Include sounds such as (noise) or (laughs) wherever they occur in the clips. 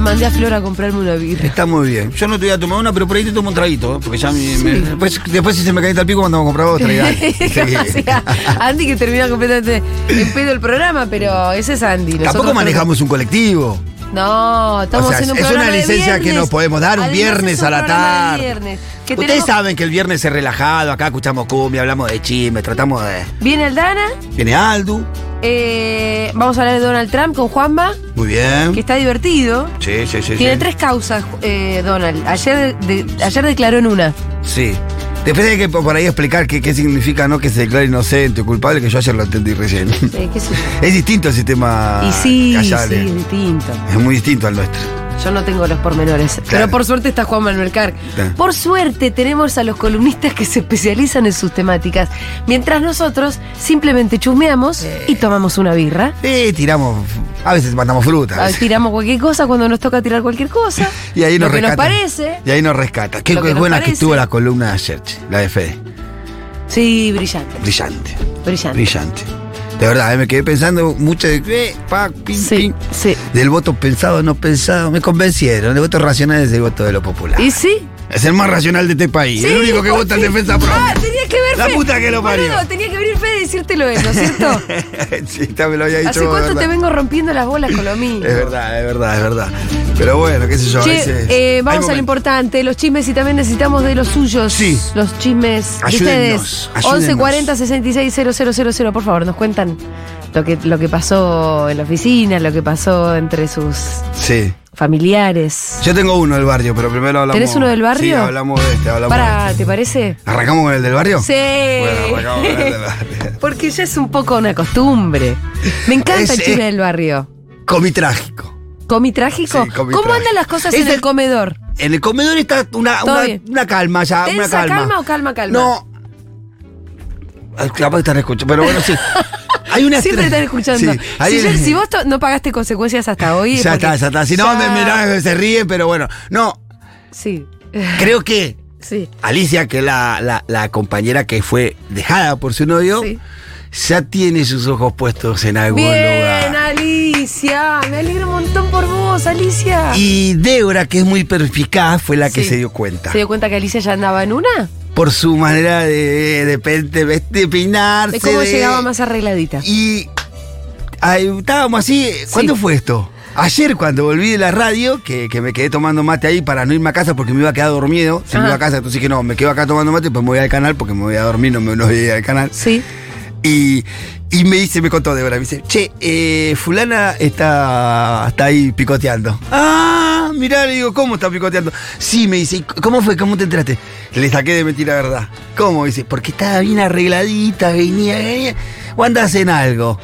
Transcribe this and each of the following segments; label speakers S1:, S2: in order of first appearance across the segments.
S1: Mandé a Flor a comprarme una birra.
S2: Está muy bien. Yo no te voy a tomar una, pero por ahí te tomo un traguito, ¿eh? porque ya me- me- después, después si se me calienta el pico cuando me comprar otra. y
S1: (laughs)
S2: dale.
S1: o
S2: Sí.
S1: sea, Andy que termina completamente en pedo el programa, pero ese es Andy. Nosotros
S2: Tampoco
S1: tenemos-
S2: manejamos un colectivo.
S1: No, estamos
S2: O sea,
S1: haciendo un
S2: es una
S1: programa de
S2: licencia que
S1: viernes.
S2: nos podemos dar un
S1: Además,
S2: viernes
S1: es un
S2: a la
S1: programa de
S2: tarde.
S1: viernes, que
S2: Ustedes
S1: tenemos-
S2: saben que el viernes es relajado, acá escuchamos cumbia, hablamos de chismes, tratamos de.
S1: Viene Aldana,
S2: Viene Aldu,
S1: eh, vamos a hablar de Donald Trump con Juanma,
S2: muy
S1: que
S2: bien.
S1: está divertido.
S2: Sí, sí, sí.
S1: Tiene
S2: sí.
S1: tres causas, eh, Donald. Ayer, de- ayer declaró en una.
S2: Sí. Después hay que por por ahí explicar qué, qué significa no que se declare inocente o culpable, que yo ayer lo entendí recién. (laughs)
S1: Eh, ¿qué sé yo?
S2: Es distinto el sistema
S1: y sí, sí,
S2: Cayale.
S1: es distinto.
S2: Es muy distinto al nuestro.
S1: Yo no tengo los pormenores. Pero por suerte está Juan Manuel Carr.
S2: Claro.
S1: Por suerte tenemos a los columnistas que se especializan en sus temáticas. Mientras nosotros simplemente chusmeamos y tomamos una birra.
S2: Sí, tiramos. A veces mandamos frutas.
S1: A ver, tiramos cualquier cosa cuando nos toca tirar cualquier cosa.
S2: Ah, (laughs) Y ahí nos
S1: Lo que nos
S2: rescata.
S1: parece.
S2: Y ahí nos rescata. Qué,
S1: Lo que
S2: qué
S1: nos
S2: buena que
S1: parece.
S2: estuvo la columna de ayer, che, la de Fede.
S1: Sí, brillante.
S2: Brillante.
S1: Brillante.
S2: Brillante. De verdad, eh, me quedé pensando mucho de. eh, pa, pim,
S1: Sí,
S2: pim.
S1: sí.
S2: Del voto pensado, no pensado. Me convencieron. El voto racional es el voto de lo popular.
S1: ¿Y sí?
S2: Es el más racional de este país. el único que
S1: por
S2: vota en
S1: fin.
S2: defensa propia.
S1: Ah, tenía que ver
S2: La
S1: Fede.
S2: puta que lo parió.
S1: Boludo, tenía que venir Fede y decírtelo él, ¿no es cierto?
S2: (laughs) sí, esta me lo había dicho.
S1: ¿Hace
S2: vos,
S1: cuánto
S2: ¿verdad?
S1: te vengo rompiendo las bolas con lo mío?
S2: Es verdad, es verdad, es verdad. Pero bueno, qué sé yo. a
S1: Che,
S2: veces
S1: eh,
S2: hay
S1: vamos a lo
S2: momentos.
S1: importante, los chismes y también necesitamos de los suyos.
S2: Sí.
S1: Los chismes. de
S2: Ayúdennos,
S1: Ustedes,
S2: ayúdennos.
S1: 1140 66 000, por favor, nos cuentan lo que, lo que pasó en la oficina, lo que pasó entre sus
S2: Sí.
S1: familiares.
S2: Yo tengo uno del barrio, pero primero hablamos.
S1: ¿Tenés uno del barrio?
S2: Sí, hablamos de este, hablamos de
S1: Para,
S2: este.
S1: ¿te parece?
S2: ¿Arrancamos con el del barrio?
S1: Sí.
S2: Bueno, arrancamos con el del
S1: (laughs)
S2: barrio. (laughs)
S1: Porque ya es un poco una costumbre. Me encanta el
S2: Ese-
S1: chisme del barrio.
S2: Comi trágico.
S1: ¿Comi trágico?
S2: Sí, comi
S1: ¿Cómo
S2: trágico.
S1: andan las cosas
S2: Es
S1: en el
S2: el-
S1: comedor?
S2: En el comedor está una,
S1: Todo
S2: una,
S1: bien.
S2: una calma ya, una
S1: ¿Tensa
S2: calma.
S1: calma o calma, calma?
S2: No. Ay, Capaz que están escuchando, pero bueno, sí. Hay una
S1: Siempre están escuchando.
S2: Sí, hay
S1: si,
S2: una-
S1: ya- si vos to- no pagaste consecuencias hasta hoy. es
S2: Ya
S1: porque-
S2: está, ya está. Si no,
S1: ya-
S2: me mirá, se ríen, pero bueno. No,
S1: Sí, (laughs)
S2: creo que
S1: sí.
S2: Alicia, que es la, la- la compañera que fue dejada por su novio,
S1: Sí.
S2: ya tiene sus ojos puestos en algún
S1: Bien, ah.
S2: lugar.
S1: Alicia. Me alegro un montón por vos, Alicia.
S2: Y Débora, que es muy perspicaz, fue la que
S1: Sí.
S2: se dio cuenta.
S1: ¿Se dio cuenta que Alicia ya andaba en una?
S2: Por su manera de de, pe- de, de peinarse.
S1: De cómo
S2: de-
S1: llegaba más arregladita.
S2: Y ahí estábamos así. ¿Cuándo fue esto? Ayer cuando volví de la radio, que, que me quedé tomando mate ahí para no irme a casa porque me iba a quedar dormido. Si me
S1: Ajá.
S2: iba a casa, entonces dije, no, me quedo acá tomando mate, pues me voy al canal porque me voy a dormir, no me no voy a ir al canal.
S1: Sí.
S2: Y, y me dice, me contó Débora, me dice, che, eh, fulana está, está ahí picoteando. Ah, mirá, le digo, ¿cómo está picoteando? Sí, me dice, "¿Y c- ¿cómo fue? ¿Cómo te entraste? Le saqué de mentira verdad. ¿Cómo? Dice, porque estaba bien arregladita, venía, venía. ¿O andas en algo?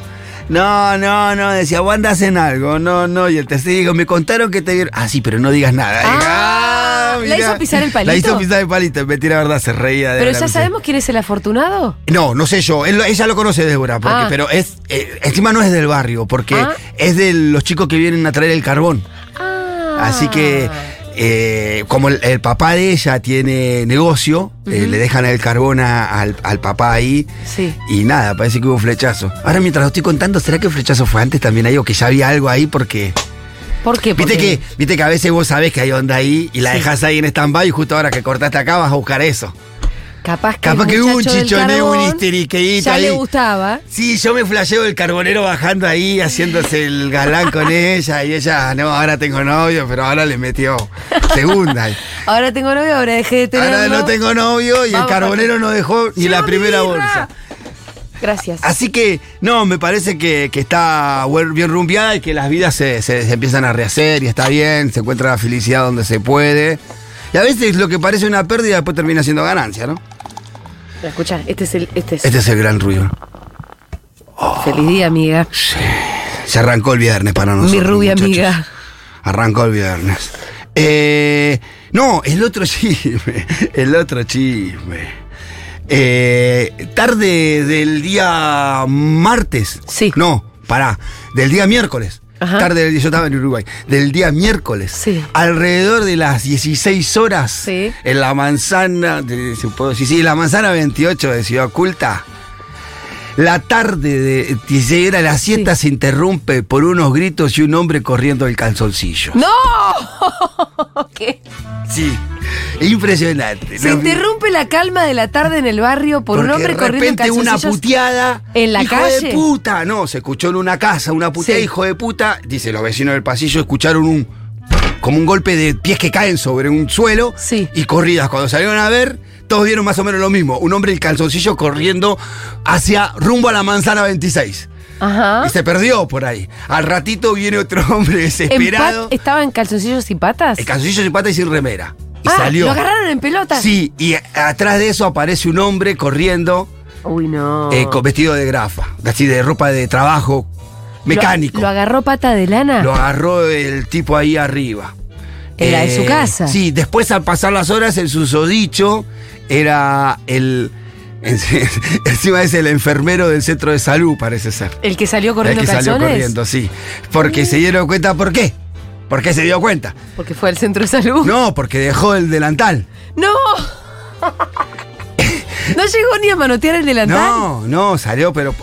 S2: No, no, no, decía, vos andás en algo, no, no, y el tercero digo, me contaron que te vieron. Ah, sí, pero no digas nada.
S1: Ah,
S2: Ah,
S1: ¿la
S2: mirá.
S1: hizo pisar el
S2: La
S1: palito?
S2: hizo pisar el palito, en mentira verdad, se reía de
S1: Pero
S2: la
S1: ya
S2: miseria.
S1: sabemos quién es el afortunado.
S2: No, no sé yo. Él lo- ella lo conoce, Débora, porque-
S1: Ah.
S2: pero es. eh, encima no es del barrio, porque
S1: Ah.
S2: es de los chicos que vienen a traer el carbón.
S1: Ah.
S2: Así que. eh, como el, el papá de ella tiene negocio, eh, le dejan el carbón a- al, al papá ahí.
S1: Sí.
S2: Y nada, parece que hubo un flechazo. Ahora, mientras lo estoy contando, ¿será que el flechazo fue antes también ahí o que ya había algo ahí? Porque.
S1: ¿Por qué?
S2: Viste
S1: Porque-
S2: que, viste que a veces vos sabés que hay onda ahí y la
S1: Sí.
S2: dejás ahí en stand-by y justo ahora que cortaste acá vas a buscar eso.
S1: Capaz que,
S2: Capaz
S1: el
S2: que hubo un
S1: muchacho del
S2: chichoneo, un
S1: carbón
S2: histeriqueíto
S1: Ya le
S2: ahí.
S1: gustaba.
S2: Sí, yo me flasheo el carbonero bajando ahí, haciéndose el
S1: (laughs)
S2: galán con ella, y ella, "Ah, no, ahora tengo novio, pero ahora le metió
S1: (laughs)
S2: segunda.
S1: Ahora tengo novio, ahora dejé de tenerlo.
S2: Ahora no tengo novio y el
S1: Vamos,
S2: carbonero no dejó ni
S1: Lleva
S2: la
S1: mi
S2: primera
S1: birra.
S2: bolsa.
S1: Gracias.
S2: Así que, no, me parece que, que está buen- bien rumbeada y que las vidas se, se- se empiezan a rehacer y está bien, se encuentra la felicidad donde se puede. Y a veces lo que parece una pérdida después termina siendo ganancia, ¿no?
S1: Escucha, este es el. Este es.
S2: Este es el gran ruido.
S1: Feliz día, amiga.
S2: Se arrancó el viernes para nosotros.
S1: Mi rubia
S2: muchachos.
S1: amiga.
S2: Arrancó el viernes. Eh, no, el otro (laughs) chisme. El otro chisme. Eh, tarde del día martes.
S1: Sí.
S2: No, pará. Del día miércoles.
S1: Ajá.
S2: Tarde del yo estaba en Uruguay. Del día miércoles.
S1: Sí.
S2: Alrededor de las 16 horas.
S1: Sí.
S2: En la manzana. de- ¿se puedo decir? Sí, la manzana 28 de Ciudad Oculta. La tarde de que llega la siesta se interrumpe por unos gritos y un hombre corriendo el calzoncillo.
S1: ¡No! (laughs) ¿Qué?
S2: Sí. Impresionante.
S1: Se
S2: Lo-
S1: interrumpe la calma de la tarde en el barrio por un
S2: porque
S1: hombre
S2: de
S1: corriendo en
S2: repente una
S1: calzoncillos.
S2: puteada.
S1: en la
S2: hijo
S1: calle".
S2: de puta. No, se escuchó en una casa, una puteada,
S1: Sí.
S2: hijo de puta. Dice, los vecinos del pasillo escucharon un. como un golpe de pies que caen sobre un suelo.
S1: Sí.
S2: Y corridas. Cuando salieron a ver, todos vieron más o menos lo mismo. Un hombre en calzoncillo corriendo hacia rumbo a la manzana 26.
S1: Ajá.
S2: Y se perdió por ahí. Al ratito viene otro (laughs) hombre
S1: ¿En
S2: desesperado.
S1: pat- ¿Estaba en calzoncillos y patas?
S2: El calzoncillo sin pata y sin remera. Y
S1: ah,
S2: salió.
S1: ¿Lo agarraron en pelota?
S2: Sí, y a- atrás de eso aparece un hombre corriendo.
S1: Uy, no.
S2: Eh, con vestido de grafa, así de ropa de trabajo mecánico.
S1: ¿Lo, lo
S2: Lo,
S1: agarró pata de lana?
S2: agarró el tipo ahí arriba. Eh,
S1: Era de su casa.
S2: Sí, después al pasar las horas, el susodicho era el. (laughs) Encima es el enfermero del centro de salud, parece ser.
S1: ¿El que salió corriendo
S2: el que salió
S1: calzones? Mm.
S2: corriendo, sí. Porque se dieron cuenta, ¿por qué? ¿Por qué se dio cuenta?
S1: Porque fue al centro de salud.
S2: No, porque dejó el delantal.
S1: ¡No! ¿No llegó ni a manotear el delantal?
S2: No, no, salió, pero.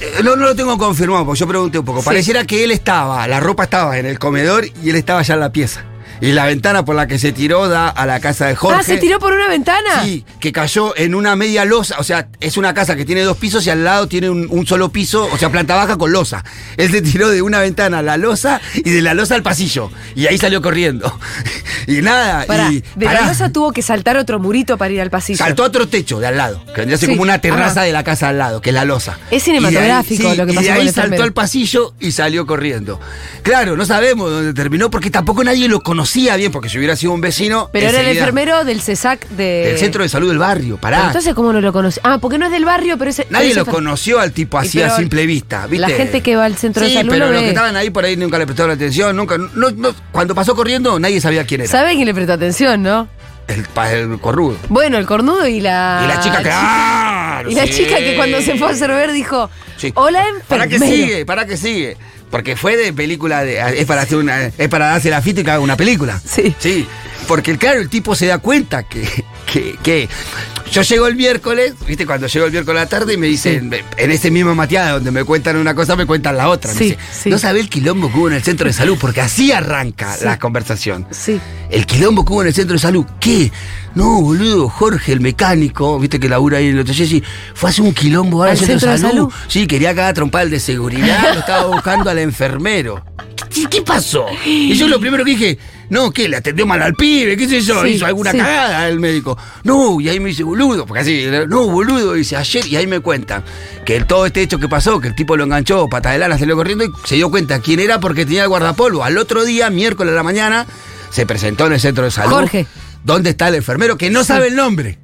S2: Eh, No, no lo tengo confirmado, porque yo pregunté un poco.
S1: Sí.
S2: Pareciera que él estaba, la ropa estaba en el comedor y él estaba ya en la pieza. Y la ventana por la que se tiró da a la casa de Jorge.
S1: ah, ¿se tiró por una ventana?
S2: Sí, que cayó en una media losa. O sea, es una casa que tiene dos pisos y al lado tiene un, un solo piso, o sea, planta baja con losa. Él se tiró de una ventana a la losa y de la losa al pasillo. Y ahí salió corriendo. (laughs) Y nada.
S1: Pará,
S2: y,
S1: de
S2: pará.
S1: la losa tuvo que saltar otro murito para ir al pasillo.
S2: Saltó a otro techo de al lado, que vendría a ser
S1: Sí,
S2: como una terraza
S1: ajá.
S2: de la casa al lado, que es la losa.
S1: Es cinematográfico
S2: Y de ahí-
S1: lo que
S2: y
S1: pasó
S2: de
S1: con el
S2: ahí saltó
S1: enfermero.
S2: al pasillo y salió corriendo. Claro, no sabemos dónde terminó porque tampoco nadie lo conocía bien, porque si hubiera sido un vecino.
S1: Pero era el
S2: enseguida-
S1: enfermero del CESAC de...
S2: Del centro de salud del barrio,
S1: Pero
S2: pará.
S1: Entonces, ¿cómo no lo conoce? Ah, porque no es del barrio, pero ese...
S2: Nadie
S1: ese
S2: lo
S1: fa-
S2: conoció al tipo así
S1: Y pero
S2: a simple vista,
S1: la
S2: ¿viste?
S1: gente que va al centro de
S2: Sí,
S1: salud
S2: pero
S1: lo
S2: los
S1: ve.
S2: que estaban ahí por ahí nunca le prestaron atención, nunca. no- no- cuando pasó corriendo, nadie sabía quién era.
S1: ¿Sabe quién le prestó atención, no?
S2: El, pa- el corrudo.
S1: Bueno, el cornudo y la...
S2: y la chica que. ¡Ah!
S1: Y la
S2: Sí.
S1: chica que cuando se fue a hacer ver dijo,
S2: Sí.
S1: hola
S2: ¿Para
S1: enfermero.
S2: qué sigue? ¿Para qué sigue? Porque fue de película de. ah, Es para hacer una. Es para darse la fita y que haga una película.
S1: Sí.
S2: Sí. Porque claro, el tipo se da cuenta que. que, que- yo llego el miércoles, viste, cuando llego el miércoles a la tarde y me dicen, en ese mismo mateada donde me cuentan una cosa, me cuentan la otra. Me
S1: Sí,
S2: dice,
S1: sí.
S2: No sabe el quilombo que hubo en el centro de salud, porque así arranca
S1: Sí.
S2: la conversación.
S1: Sí.
S2: El quilombo que hubo en el centro de salud. ¿Qué? No, boludo, Jorge, el mecánico, viste que labura ahí en el otro Jessy, fue a hacer un quilombo ahora al centro, de salud. Sí, quería que haga trompar al de seguridad, lo estaba buscando al enfermero. ¿Qué, qué pasó? Y yo lo primero que dije, no, ¿qué? ¿Le atendió mal al pibe? ¿Qué sé yo?
S1: Sí,
S2: ¿Hizo alguna
S1: sí.
S2: cagada el médico? No, y ahí me dice, boludo, porque así, no, boludo, dice ayer, y ahí me cuenta que el- todo este hecho que pasó, que el tipo lo enganchó, pata de lana, salió corriendo y se dio cuenta quién era porque tenía el guardapolvo. Al otro día, miércoles a la mañana, se presentó en el centro de salud.
S1: Jorge.
S2: ¿Dónde está el enfermero? Que no sabe el nombre,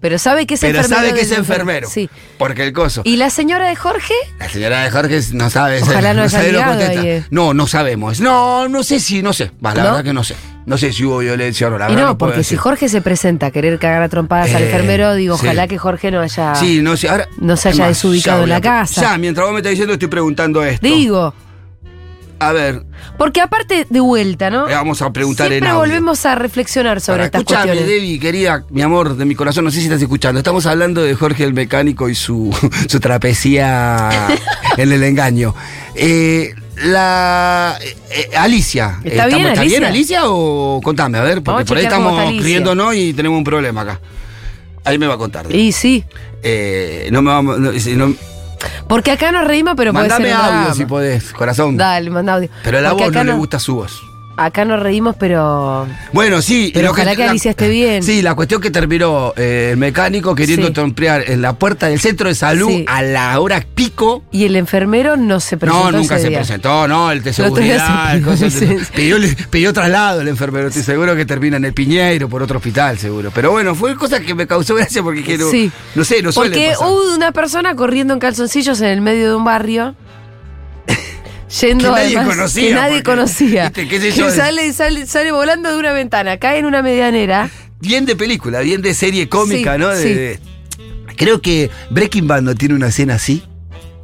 S1: Pero sabe que es
S2: pero
S1: enfermero.
S2: sabe que
S1: del
S2: es enfermero.
S1: Sí.
S2: Porque el coso.
S1: ¿Y la señora de Jorge?
S2: La señora de Jorge no sabe.
S1: Ojalá no haya
S2: sabe,
S1: ligado
S2: contesta.
S1: ahí, eh.
S2: No, no sabemos. No, no sé si, no sé. Va, la
S1: ¿No?
S2: verdad que no sé. No sé si hubo violencia o no. La
S1: y
S2: verdad
S1: no,
S2: puedo
S1: porque si
S2: decir.
S1: Jorge se presenta a querer cagar a trompadas al
S2: Eh,
S1: enfermero, digo,
S2: sí.
S1: ojalá que Jorge no haya...
S2: Sí, no sé. Ahora,
S1: no se haya
S2: es más,
S1: desubicado
S2: ya
S1: en la
S2: voy a-
S1: casa.
S2: Ya, mientras vos me estás diciendo, estoy preguntando esto.
S1: Digo,
S2: A ver,
S1: porque aparte de vuelta, ¿no?
S2: le vamos a preguntar
S1: Siempre
S2: en audio.
S1: volvemos a reflexionar sobre
S2: Ahora,
S1: estas
S2: escúchame,
S1: cuestiones.
S2: Debbie, querida, mi amor, de mi corazón, no sé si estás escuchando. Estamos hablando de Jorge el mecánico y su, (laughs) su trapecía en el engaño. Eh, la eh, eh, Alicia,
S1: ¿Está
S2: estamos-
S1: bien, Alicia?
S2: o contame? A ver, porque
S1: Vamos a
S2: por ahí
S1: chequear cómo está
S2: estamos
S1: Alicia.
S2: riéndonos y tenemos un problema acá. Ahí me va a contar. Debbie.
S1: Y sí,
S2: Eh, no me vamos, no, si no-
S1: porque acá nos reímos, pero puede ser
S2: mandame
S1: en
S2: audio
S1: drama.
S2: si podés, corazón.
S1: Dale, manda audio.
S2: Pero a la
S1: Porque
S2: voz no,
S1: acá
S2: le gusta su voz.
S1: Acá nos reímos, pero.
S2: Bueno, sí.
S1: Pero
S2: lo
S1: ojalá que Alicia esté bien.
S2: Sí, la cuestión que terminó eh, el mecánico queriendo
S1: Sí.
S2: trompear en la puerta del centro de salud
S1: Sí.
S2: a la hora pico.
S1: Y el enfermero no se presentó.
S2: No, nunca
S1: ese
S2: se
S1: día.
S2: presentó, no, el de
S1: El otro día
S2: seguridad.
S1: se
S2: el
S1: pidió
S2: coso-
S1: licencia.
S2: pidió, pidió traslado el enfermero, estoy seguro que termina en el Piñeiro por otro hospital, seguro. Pero bueno, fue cosa que me causó gracia porque quiero.
S1: Sí.
S2: No sé, no suele
S1: Porque
S2: pasar.
S1: hubo una persona corriendo en calzoncillos en el medio de un
S2: (laughs)
S1: barrio. Yendo
S2: Que nadie
S1: además,
S2: conocía,
S1: Que nadie
S2: porque,
S1: conocía.
S2: viste, qué sé
S1: Que
S2: yo.
S1: sale, sale, sale volando de una ventana, cae en una medianera.
S2: Bien de película, bien de serie cómica,
S1: Sí,
S2: ¿no? De-
S1: sí.
S2: de- Creo que Breaking Bad no tiene una escena así.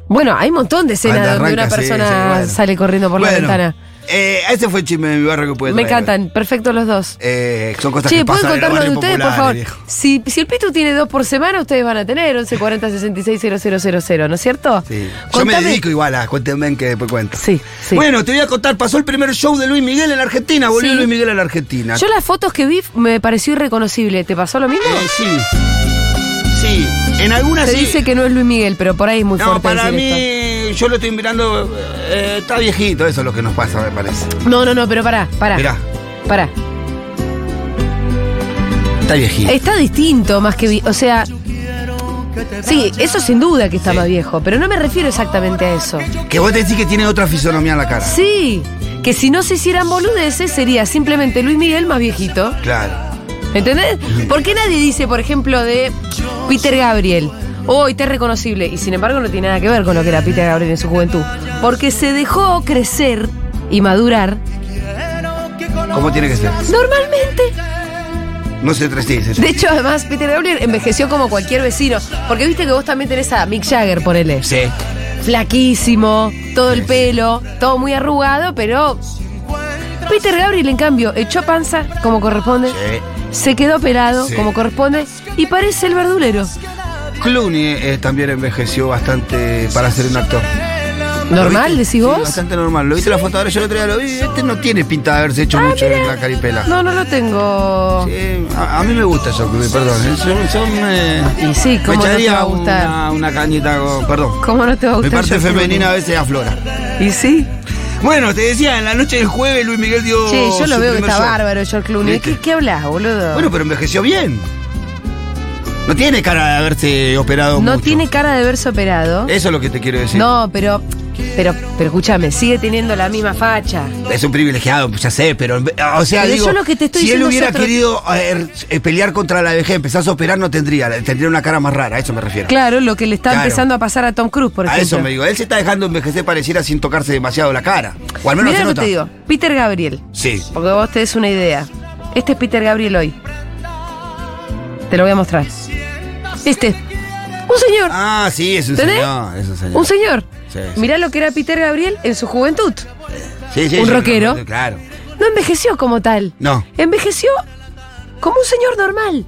S1: Bueno, hay un montón de escenas
S2: Cuando
S1: donde una
S2: arranca, sí,
S1: persona
S2: sí, bueno.
S1: sale corriendo por la
S2: Bueno,
S1: ventana.
S2: Eh, ese fue el chisme de mi barrio que puede
S1: Me
S2: traer.
S1: encantan, perfecto los dos.
S2: Eh, son cosas
S1: Che,
S2: que
S1: ¿pueden
S2: pasan en los
S1: contarnos de
S2: barrios
S1: ustedes, por
S2: populares,
S1: favor?
S2: viejo.
S1: Si, si el Pitu tiene dos por semana, ustedes van a tener 1140 660000, ¿no es cierto?
S2: Sí. Yo me
S1: Contame-
S2: dedico igual a cuéntame que después cuento.
S1: Sí, sí.
S2: Bueno, te voy a contar, pasó el primer show de Luis Miguel en la Argentina, volvió
S1: Sí.
S2: Luis Miguel a la Argentina.
S1: Yo las fotos que vi me pareció irreconocible. ¿Te pasó lo mismo?
S2: Eh, sí. Sí. En algunas
S1: Se
S2: sí.
S1: dice que no es Luis Miguel, pero por ahí es muy
S2: no,
S1: fuerte
S2: para
S1: decir
S2: mí,
S1: esto.
S2: yo lo estoy mirando. eh, está viejito, eso es lo que nos pasa, me parece.
S1: No, no, no, pero pará, pará.
S2: Mirá.
S1: Pará.
S2: Está viejito.
S1: Está distinto más que. vi- O sea. Sí, eso sin duda que está más viejo, pero no me refiero exactamente a eso.
S2: Que vos te decís que tiene otra fisonomía en la cara.
S1: Sí, que si no se hicieran boludeces sería simplemente Luis Miguel más viejito.
S2: Claro.
S1: ¿Entendés? ¿Por qué nadie dice, por ejemplo, de Peter Gabriel? Hoy te es reconocible. Y sin embargo no tiene nada que ver con lo que era Peter Gabriel en su juventud. Porque se dejó crecer y madurar
S2: ¿Cómo tiene que ser?
S1: normalmente.
S2: No se triste.
S1: De hecho, además, Peter Gabriel envejeció como cualquier vecino. Porque viste que vos también tenés a Mick Jagger, ponele.
S2: Sí.
S1: Flaquísimo, todo el pelo, todo muy arrugado, pero. Peter Gabriel, en cambio, echó panza como corresponde.
S2: Sí.
S1: Se quedó pelado
S2: Sí.
S1: como corresponde. Y parece el verdulero.
S2: Clooney eh, también envejeció bastante para ser un actor.
S1: ¿Normal,
S2: ¿Lo viste?
S1: decís
S2: Sí,
S1: vos?
S2: bastante normal. Lo viste la foto ahora, yo el otro día lo vi. Este no tiene pinta de haberse hecho mucho en la caripela.
S1: Ah, No, no lo tengo.
S2: Sí, a, a mí me gusta eso, perdón. ¿eh? Son, son, eh,
S1: Y sí, ¿cómo
S2: me
S1: no te
S2: echaría
S1: va a gustar?
S2: Una, una cañita, con- perdón.
S1: ¿Cómo no te va a
S2: Mi
S1: gustar?
S2: parte
S1: Yo creo
S2: femenina a veces aflora.
S1: que- Y sí.
S2: Bueno, te decía, en la noche del jueves Luis Miguel dio.
S1: Che, yo lo
S2: su
S1: veo que
S2: primer
S1: está
S2: show.
S1: bárbaro, George Clooney.
S2: ¿Viste?
S1: ¿Qué, qué hablas, boludo?
S2: Bueno, pero envejeció bien. No tiene cara de haberse operado
S1: no
S2: mucho. Eh,
S1: tiene cara de verse operado.
S2: Eso es lo que te quiero decir.
S1: No, pero, pero, pero escúchame, sigue teniendo la misma facha.
S2: Es un privilegiado, pues ya sé, pero. en ve- O sea,
S1: Pero
S2: digo,
S1: yo lo que te estoy
S2: si él
S1: diciendo es
S2: hubiera
S1: otro-
S2: querido eh, eh, pelear contra la vejez, empezás a operar, no tendría. Tendría una cara más rara, a eso me refiero.
S1: Claro, lo que le está
S2: Claro.
S1: empezando a pasar a Tom Cruise, por
S2: a
S1: ejemplo.
S2: eso me digo. Él se está dejando envejecer pareciera sin tocarse demasiado la cara. O al menos
S1: Mirá
S2: se
S1: lo que
S2: nota.
S1: te digo, Peter Gabriel,
S2: Sí.
S1: porque vos te des una idea. Este es Peter Gabriel hoy. Te lo voy a mostrar. Este, un señor,
S2: Ah, sí, es un
S1: ¿Tenés?
S2: señor. Es un señor.
S1: un señor.
S2: Sí, sí.
S1: Mirá lo que era Peter Gabriel en su juventud.
S2: Sí, sí,
S1: un
S2: sí,
S1: rockero.
S2: no, claro.
S1: No envejeció como tal.
S2: No.
S1: Envejeció como un señor normal.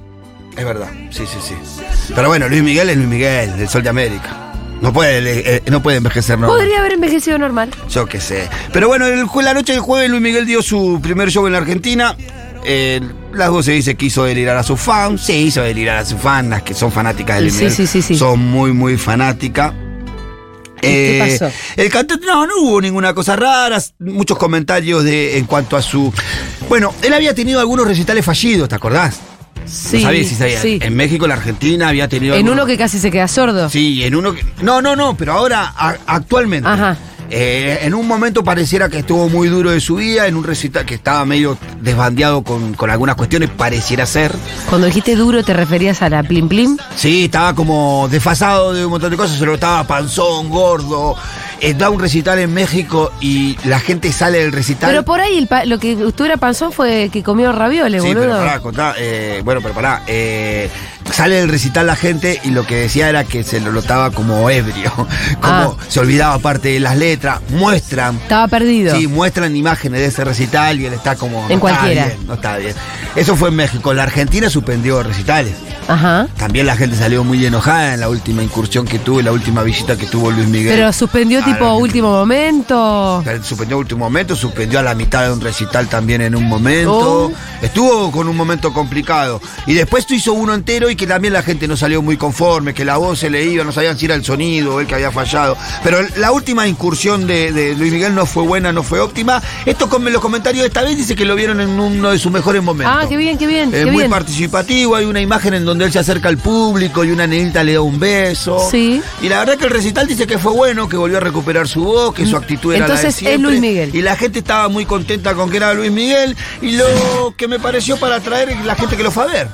S2: Es verdad, sí, sí, sí. Pero bueno, Luis Miguel es Luis Miguel, del Sol de América. No puede, eh, no puede envejecer, ¿no?
S1: Podría haber envejecido normal.
S2: Yo qué sé. Pero bueno, el, jue- la noche del jueves Luis Miguel dio su primer show en la Argentina. Eh, las voces dice que hizo delirar a sus fans. Sí, hizo delirar a sus fans, las que son fanáticas de Luis
S1: Sí,
S2: Miguel.
S1: sí, sí, sí.
S2: Son muy, muy fanáticas.
S1: qué
S2: Eh,
S1: pasó?
S2: El cantante, no, no hubo ninguna cosa rara, muchos comentarios de, en cuanto a su... Bueno, él había tenido algunos recitales fallidos, ¿te acordás?
S1: Sí,
S2: no sabía si sabía.
S1: sí.
S2: En México, en la Argentina había tenido.
S1: En
S2: algunos-
S1: uno que casi se queda sordo.
S2: Sí, en uno que. No, no, no, pero ahora, a- actualmente.
S1: Ajá.
S2: Eh, en un momento pareciera que estuvo muy duro de su vida, en un recital que estaba medio desbandeado con, con algunas cuestiones, pareciera ser.
S1: Cuando dijiste duro te referías a la plim plim.
S2: Sí, estaba como desfasado de un montón de cosas, se lo estaba panzón, gordo. Eh, da un recital en México y la gente sale del recital.
S1: Pero por ahí el pa- lo que estuviera panzón fue que comió ravioles,
S2: Sí, pero
S1: boludo.
S2: pará, contá, eh, bueno, pero pará. eh, sale del recital la gente y lo que decía era que se lo notaba como ebrio. (laughs) Como
S1: Ah.
S2: se olvidaba parte de las letras. Muestran.
S1: Estaba perdido.
S2: Sí, muestran imágenes de ese recital y él está como. no
S1: En
S2: está
S1: cualquiera.
S2: bien, no está bien. Eso fue en México. La Argentina suspendió recitales.
S1: Ajá.
S2: También la gente salió muy enojada en la última incursión que tuvo, en la última visita que tuvo Luis Miguel.
S1: Pero suspendió
S2: Ah,
S1: tipo
S2: la-
S1: último momento.
S2: Suspendió a último momento, suspendió a la mitad de un recital también en un momento.
S1: Oh.
S2: Estuvo con un momento complicado. Y después tú hizo uno entero y que también la gente no salió muy conforme, que la voz se le iba, no sabían si era el sonido o el que había fallado. Pero la última incursión de, de Luis Miguel no fue buena, no fue óptima. Esto con los comentarios de esta vez dice que lo vieron en uno de sus mejores momentos.
S1: Ah, qué bien, qué bien,
S2: Eh,
S1: qué
S2: muy
S1: bien.
S2: participativo, hay una imagen en donde él se acerca al público y una nenita le da un beso.
S1: Sí.
S2: Y la verdad que el recital dice que fue bueno, que volvió a recuperar su voz, que su actitud era la de
S1: Entonces, es
S2: siempre.
S1: Luis Miguel.
S2: Y la gente estaba muy contenta con que era Luis Miguel y lo que me pareció para atraer la gente que lo fue a ver.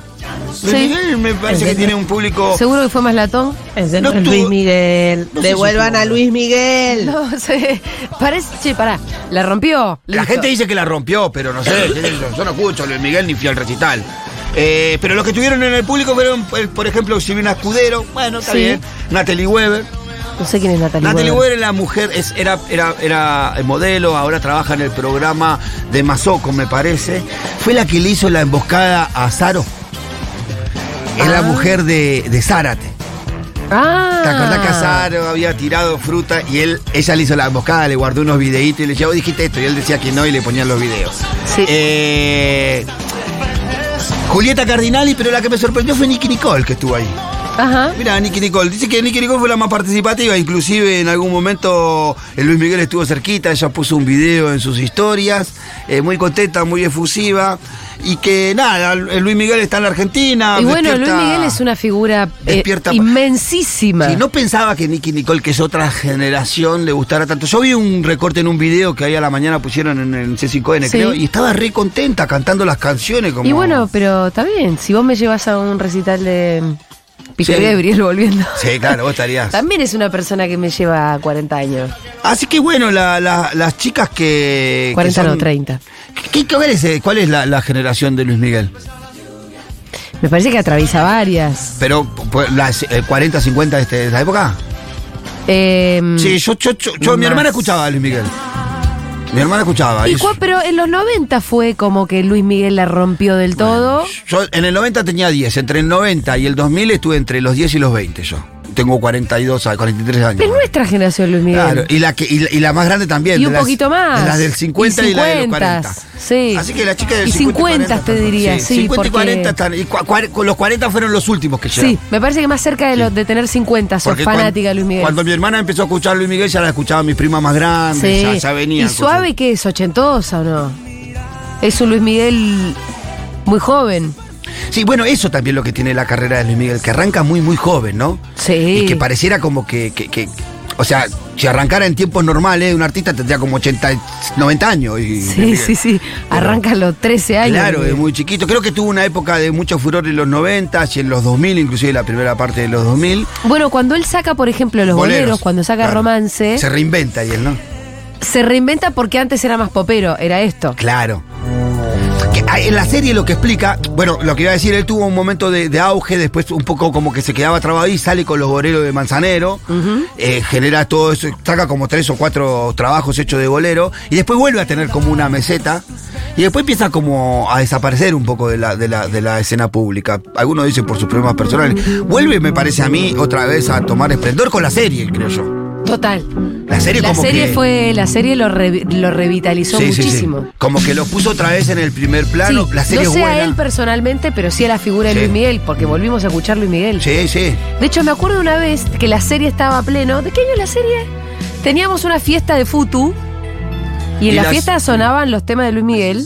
S2: Luis
S1: Sí.
S2: Miguel me parece que tiene un público...
S1: Seguro que fue más latón.
S3: Ese
S2: No
S3: no, es
S2: tuvo-
S3: Luis Miguel.
S2: No sé si
S3: Devuelvan
S2: tuvo-
S3: a Luis Miguel.
S1: No sé. Parece. Che, pará. La rompió.
S2: La
S1: Listo.
S2: gente dice que la rompió, pero no sé, qué sé yo, yo no escucho a Luis Miguel ni fui al recital. Eh, pero eh, los que estuvieron en el público fueron, pues, por ejemplo, Silvina Escudero, bueno, está
S1: Sí.
S2: bien, Natalie Weber,
S1: No sé quién es Natalie,
S2: Natalie
S1: Wood.
S2: Weber es la mujer, es, era, era, era modelo, ahora trabaja en el programa de Mazoco, me parece. Fue la que le hizo la emboscada a Saro. Es la
S1: Ah.
S2: mujer de, de Zárate.
S1: Ah.
S2: ¿Te acordás que a Saro había tirado fruta y él, ella le hizo la emboscada, le guardó unos videitos y le decía, vos dijiste esto, y él decía que no y le ponían los videos.
S1: Sí.
S2: Eh, Julieta Cardinali, pero la que me sorprendió fue Nicky Nicole, que estuvo ahí.
S1: Ajá.
S2: Mira, Nicky Nicole. Dice que Nicky Nicole fue la más participativa. Inclusive en algún momento el Luis Miguel estuvo cerquita. Ella puso un video en sus historias. eh, muy contenta, muy efusiva. Y que nada, el Luis Miguel está en la Argentina.
S1: Y bueno, Luis
S2: Ah, despierta-
S1: Miguel es una figura eh,
S2: despierta-
S1: inmensísima.
S2: Sí, no pensaba que Nicky Nicole, que es otra generación, le gustara tanto. Yo vi un recorte en un video que ahí a la mañana pusieron en el C5N,
S1: Sí.
S2: creo, y estaba re contenta cantando las canciones. Como...
S1: Y bueno, pero está bien, si vos me llevas a un recital de Peter
S2: Sí.
S1: Gabriel volviendo.
S2: Sí, claro, vos estarías.
S1: También es una persona que me lleva 40 años.
S2: Así que bueno, la- la- las chicas que. que
S1: 40 no,
S2: son-
S1: 30.
S2: ¿Qué, qué- cuál es, eh, cuál es la, la generación de Luis Miguel?
S1: Me parece que atraviesa varias.
S2: Pero pues, las eh, 40, 50 de, este- de esa época.
S1: Em,
S2: Sí, yo, yo, yo, yo- mi
S1: Más.
S2: hermana escuchaba a Luis Miguel. Mi hermana escuchaba.
S1: y
S2: y-
S1: cua- pero en los 90 fue como que Luis Miguel la rompió del todo.
S2: Yo en el 90 tenía 10, entre el 90 y el 2000 estuve entre los 10 y los 20 yo. Tengo 42, a- 43 años.
S1: Es nuestra generación Luis Miguel.
S2: Claro, y la, que, y, la, y la más grande también.
S1: Y
S2: de
S1: un
S2: las-
S1: poquito más.
S2: de las del 50 y, la de los 40.
S1: 50, sí.
S2: Así que las chicas del
S1: Y
S2: 50
S1: 50 te
S2: están-
S1: diría, sí,
S2: 50 y
S1: porque-
S2: 40 están. Y cua- cuare- con los 40 fueron los últimos que llegaron.
S1: Sí, me parece que más cerca de, lo, de tener 50 sos
S2: Porque
S1: fanática de
S2: cuan-
S1: Luis Miguel.
S2: Cuando mi hermana empezó a escuchar Luis Miguel, ya la escuchaban mis primas más grandes,
S1: Sí.
S2: ya, ya venían.
S1: ¿Y suave qué es? ¿Ochentosa o no? Es un Luis Miguel muy joven.
S2: con su- Sí, bueno, eso también es lo que tiene la carrera de Luis Miguel, que arranca muy, muy joven, ¿no?
S1: Sí.
S2: Y que pareciera como que, que- que- o sea, si arrancara en tiempos normales, un artista tendría como 80, 90 años. Y,
S1: Sí, sí, sí. Arranca a los 13 años.
S2: Claro,
S1: Luis
S2: es
S1: Miguel.
S2: muy chiquito. Creo que tuvo una época de mucho furor en los 90 y en los 2000, inclusive la primera parte de los 2000.
S1: Bueno, cuando él saca, por ejemplo, los boleros, cuando saca
S2: claro.
S1: romance,
S2: Se
S1: se...
S2: reinventa y él, ¿no?
S1: reinventa porque antes era más popero, era esto.
S2: Claro. Que, ah, en la serie lo que explica, bueno, lo que iba a decir, él tuvo un momento de, de auge, después un poco como que se quedaba trabado y sale con los boleros de Manzanero, eh, genera todo eso, saca como tres o cuatro trabajos hechos de bolero, y después vuelve a tener como una meseta, y después empieza como a desaparecer un poco de la, de la, de la escena pública. Algunos dicen por sus problemas personales. Vuelve, me parece a mí, otra vez a tomar esplendor con la serie, creo yo.
S1: Total.
S2: La serie
S1: La
S2: como
S1: serie
S2: que-
S1: fue, la serie lo, re- lo revitalizó
S2: Sí, sí, sí.
S1: muchísimo.
S2: Como que lo puso otra vez en el primer plano.
S1: Sí,
S2: la serie
S1: no
S2: es
S1: sé
S2: buena.
S1: a él personalmente, pero sí a la figura de
S2: Sí.
S1: Luis Miguel, porque volvimos a escuchar Luis Miguel.
S2: Sí, sí.
S1: De hecho, me acuerdo una vez que la serie estaba a pleno. ¿De qué año es la serie? Teníamos una fiesta de Futu. Y en
S2: Y
S1: la
S2: las-
S1: fiesta sonaban los temas de Luis Miguel.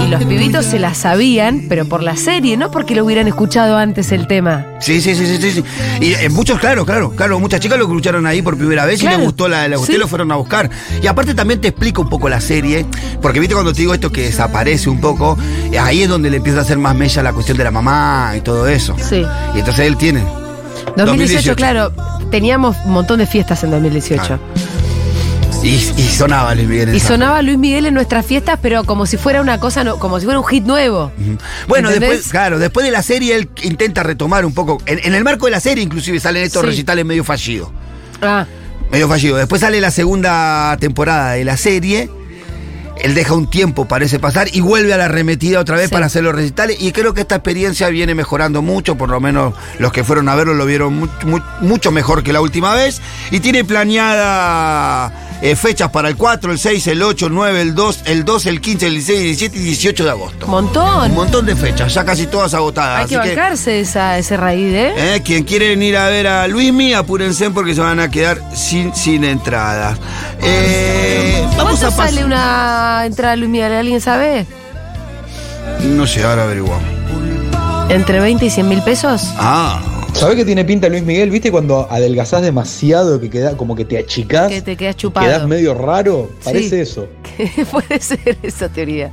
S1: Y los pibitos se la sabían, pero por la serie, no porque lo hubieran escuchado antes el tema.
S2: Sí, sí, sí, sí, sí, sí. Y eh, muchos, claro, claro, claro, muchas chicas lo escucharon ahí por primera vez y
S1: Claro.
S2: les gustó la la
S1: Sí.
S2: ustedes lo fueron a buscar. Y aparte también te explico un poco la serie, porque viste cuando te digo esto que desaparece un poco, eh, ahí es donde le empieza a hacer más mella la cuestión de la mamá y todo eso.
S1: Sí.
S2: Y entonces él tiene.
S1: 2018,
S2: 2018.
S1: claro, teníamos un montón de fiestas en 2018.
S2: Claro. Y, y sonaba Luis Miguel. en
S1: Y
S2: esa-
S1: sonaba Luis Miguel en nuestras fiestas, pero como si fuera una cosa, no- como si fuera un hit nuevo.
S2: Bueno,
S1: ¿Entendés?
S2: después, claro, después de la serie él intenta retomar un poco. En, en el marco de la serie, inclusive, salen estos
S1: Sí.
S2: recitales medio fallidos.
S1: Ah,
S2: medio fallido. Después sale la segunda temporada de la serie. Él deja un tiempo, parece pasar, y vuelve a la arremetida otra vez
S1: Sí.
S2: para hacer los recitales. Y creo que esta experiencia viene mejorando mucho, por lo menos los que fueron a verlo lo vieron mu- mu- mucho mejor que la última vez. Y tiene planeada eh, fechas para el 4, el 6, el 8, el 9, el 2, el 12, el 15, el 16, el 17 y 18 de agosto. Un
S1: montón.
S2: montón de fechas, ya casi todas agotadas.
S1: Hay que
S2: así que-
S1: bancarse esa, ese raíz, ¿eh?
S2: eh, Quien quieren ir a ver a Luismi, apúrense porque se van a quedar sin, sin entradas. Eh, vamos
S1: ¿Cuánto
S2: a
S1: sale
S2: pasar.
S1: una entrada Luis Miguel? ¿Alguien sabe?
S2: No sé, ahora averiguamos.
S1: ¿Entre 20 y 100 mil pesos? (laughs)
S2: Ah,
S4: ¿Sabés que tiene pinta Luis Miguel? ¿Viste cuando adelgazás demasiado, que queda como que te achicás?
S1: Que te quedas chupado.
S4: Quedás medio raro, parece
S1: Sí.
S4: eso.
S1: Puede ser esa teoría.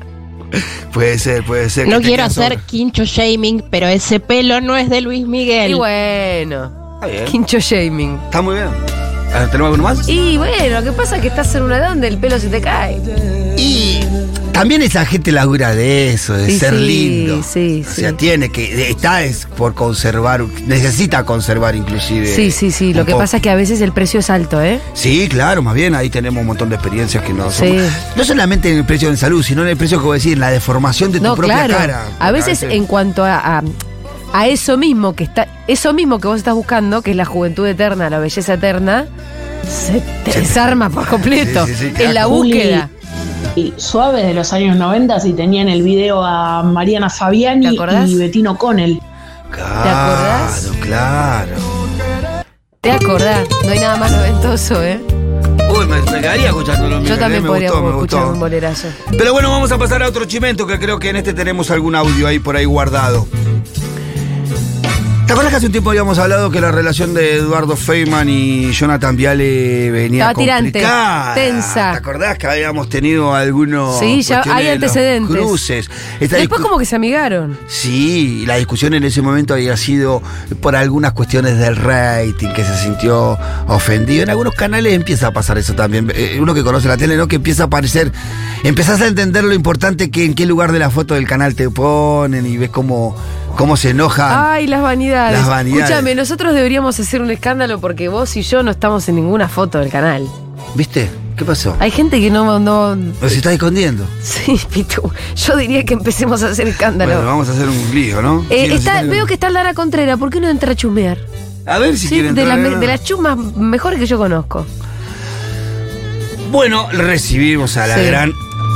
S2: puede ser, puede ser.
S5: No
S2: que te
S5: quiero
S2: quedas
S5: hacer quincho shaming, pero ese pelo no es de Luis Miguel.
S1: Y bueno,
S2: sobra. Está bien.
S1: quincho shaming.
S2: Está muy bien. Ah, ¿Tenemos alguno más?
S1: Y bueno, lo que pasa es que estás en una edad donde el pelo se te cae.
S2: Y También esa gente labura de eso, de
S1: Y
S2: ser
S1: sí,
S2: lindo.
S1: sí,
S2: o sea,
S1: sí.
S2: tiene que. Está es por conservar, necesita conservar inclusive.
S1: Sí, sí, sí. Lo
S2: un
S1: que
S2: poco.
S1: pasa es que a veces el precio es alto, ¿eh?
S2: Sí, claro, más bien ahí tenemos un montón de experiencias que no
S1: Sí.
S2: son. No solamente en el precio en salud, sino en el precio que voy a decir, en la deformación de tu
S1: No,
S2: propia
S1: claro.
S2: cara.
S1: A veces en cuanto a, a, a eso mismo que está, eso mismo que vos estás buscando, que es la juventud eterna, la belleza eterna, se te desarma por completo
S2: (laughs) Sí, sí, sí,
S1: en la
S2: claro.
S1: búsqueda.
S6: Y suaves de los años 90 y tenían el video a Mariana
S1: ¿Te
S6: Fabiani
S1: acordás?
S6: y Betino Connell.
S2: Claro,
S1: acordás?
S2: claro.
S1: Te acordás, no hay nada más noventoso, ¿eh?
S2: Uy, me, me quedaría escuchándolo.
S1: Yo
S2: Miguel, eh,
S1: también
S2: me
S1: podría
S2: gustó, me
S1: escuchar
S2: gustó.
S1: un bolerazo.
S2: Pero bueno, vamos a pasar a otro chimento que creo que en este tenemos algún audio ahí por ahí guardado. ¿Te acuerdas que hace un tiempo habíamos hablado que la relación de Eduardo Feynman y Jonathan Viale venía
S1: Estaba tirante,
S2: complicada?
S1: tensa.
S2: ¿Te acordás que habíamos tenido algunos
S1: Sí, ya
S2: cuestiones
S1: hay
S2: de los
S1: antecedentes.
S2: cruces? Esta
S1: Después
S2: discu-
S1: como que se amigaron.
S2: Sí, y la discusión en ese momento había sido por algunas cuestiones del rating, que se sintió ofendido. En algunos canales empieza a pasar eso también. Eh, Uno que conoce la tele, ¿no? Que empieza a aparecer, empezás a entender lo importante que en qué lugar de la foto del canal te ponen y ves cómo, cómo se enojan.
S1: Ay, las vanidades.
S2: Ah, Las vanidades.
S1: Escúchame, nosotros deberíamos hacer un escándalo porque vos y yo no estamos en ninguna foto del canal.
S2: ¿Viste? ¿Qué pasó?
S1: Hay gente que no, no
S2: Nos está escondiendo.
S1: Sí, (laughs) Pitu. Yo diría que empecemos a hacer escándalo.
S2: Bueno, vamos a hacer un lío, ¿no?
S1: Eh,
S2: Sí, nos
S1: está-
S2: están-
S1: veo que está Lara Contreras. ¿Por qué no entra a chumear?
S2: A ver si
S1: Sí,
S2: quieren
S1: de, las
S2: entrar,
S1: me-
S2: ¿no?
S1: de las chumas mejores que yo conozco.
S2: Bueno, recibimos a la
S1: Sí.
S2: gran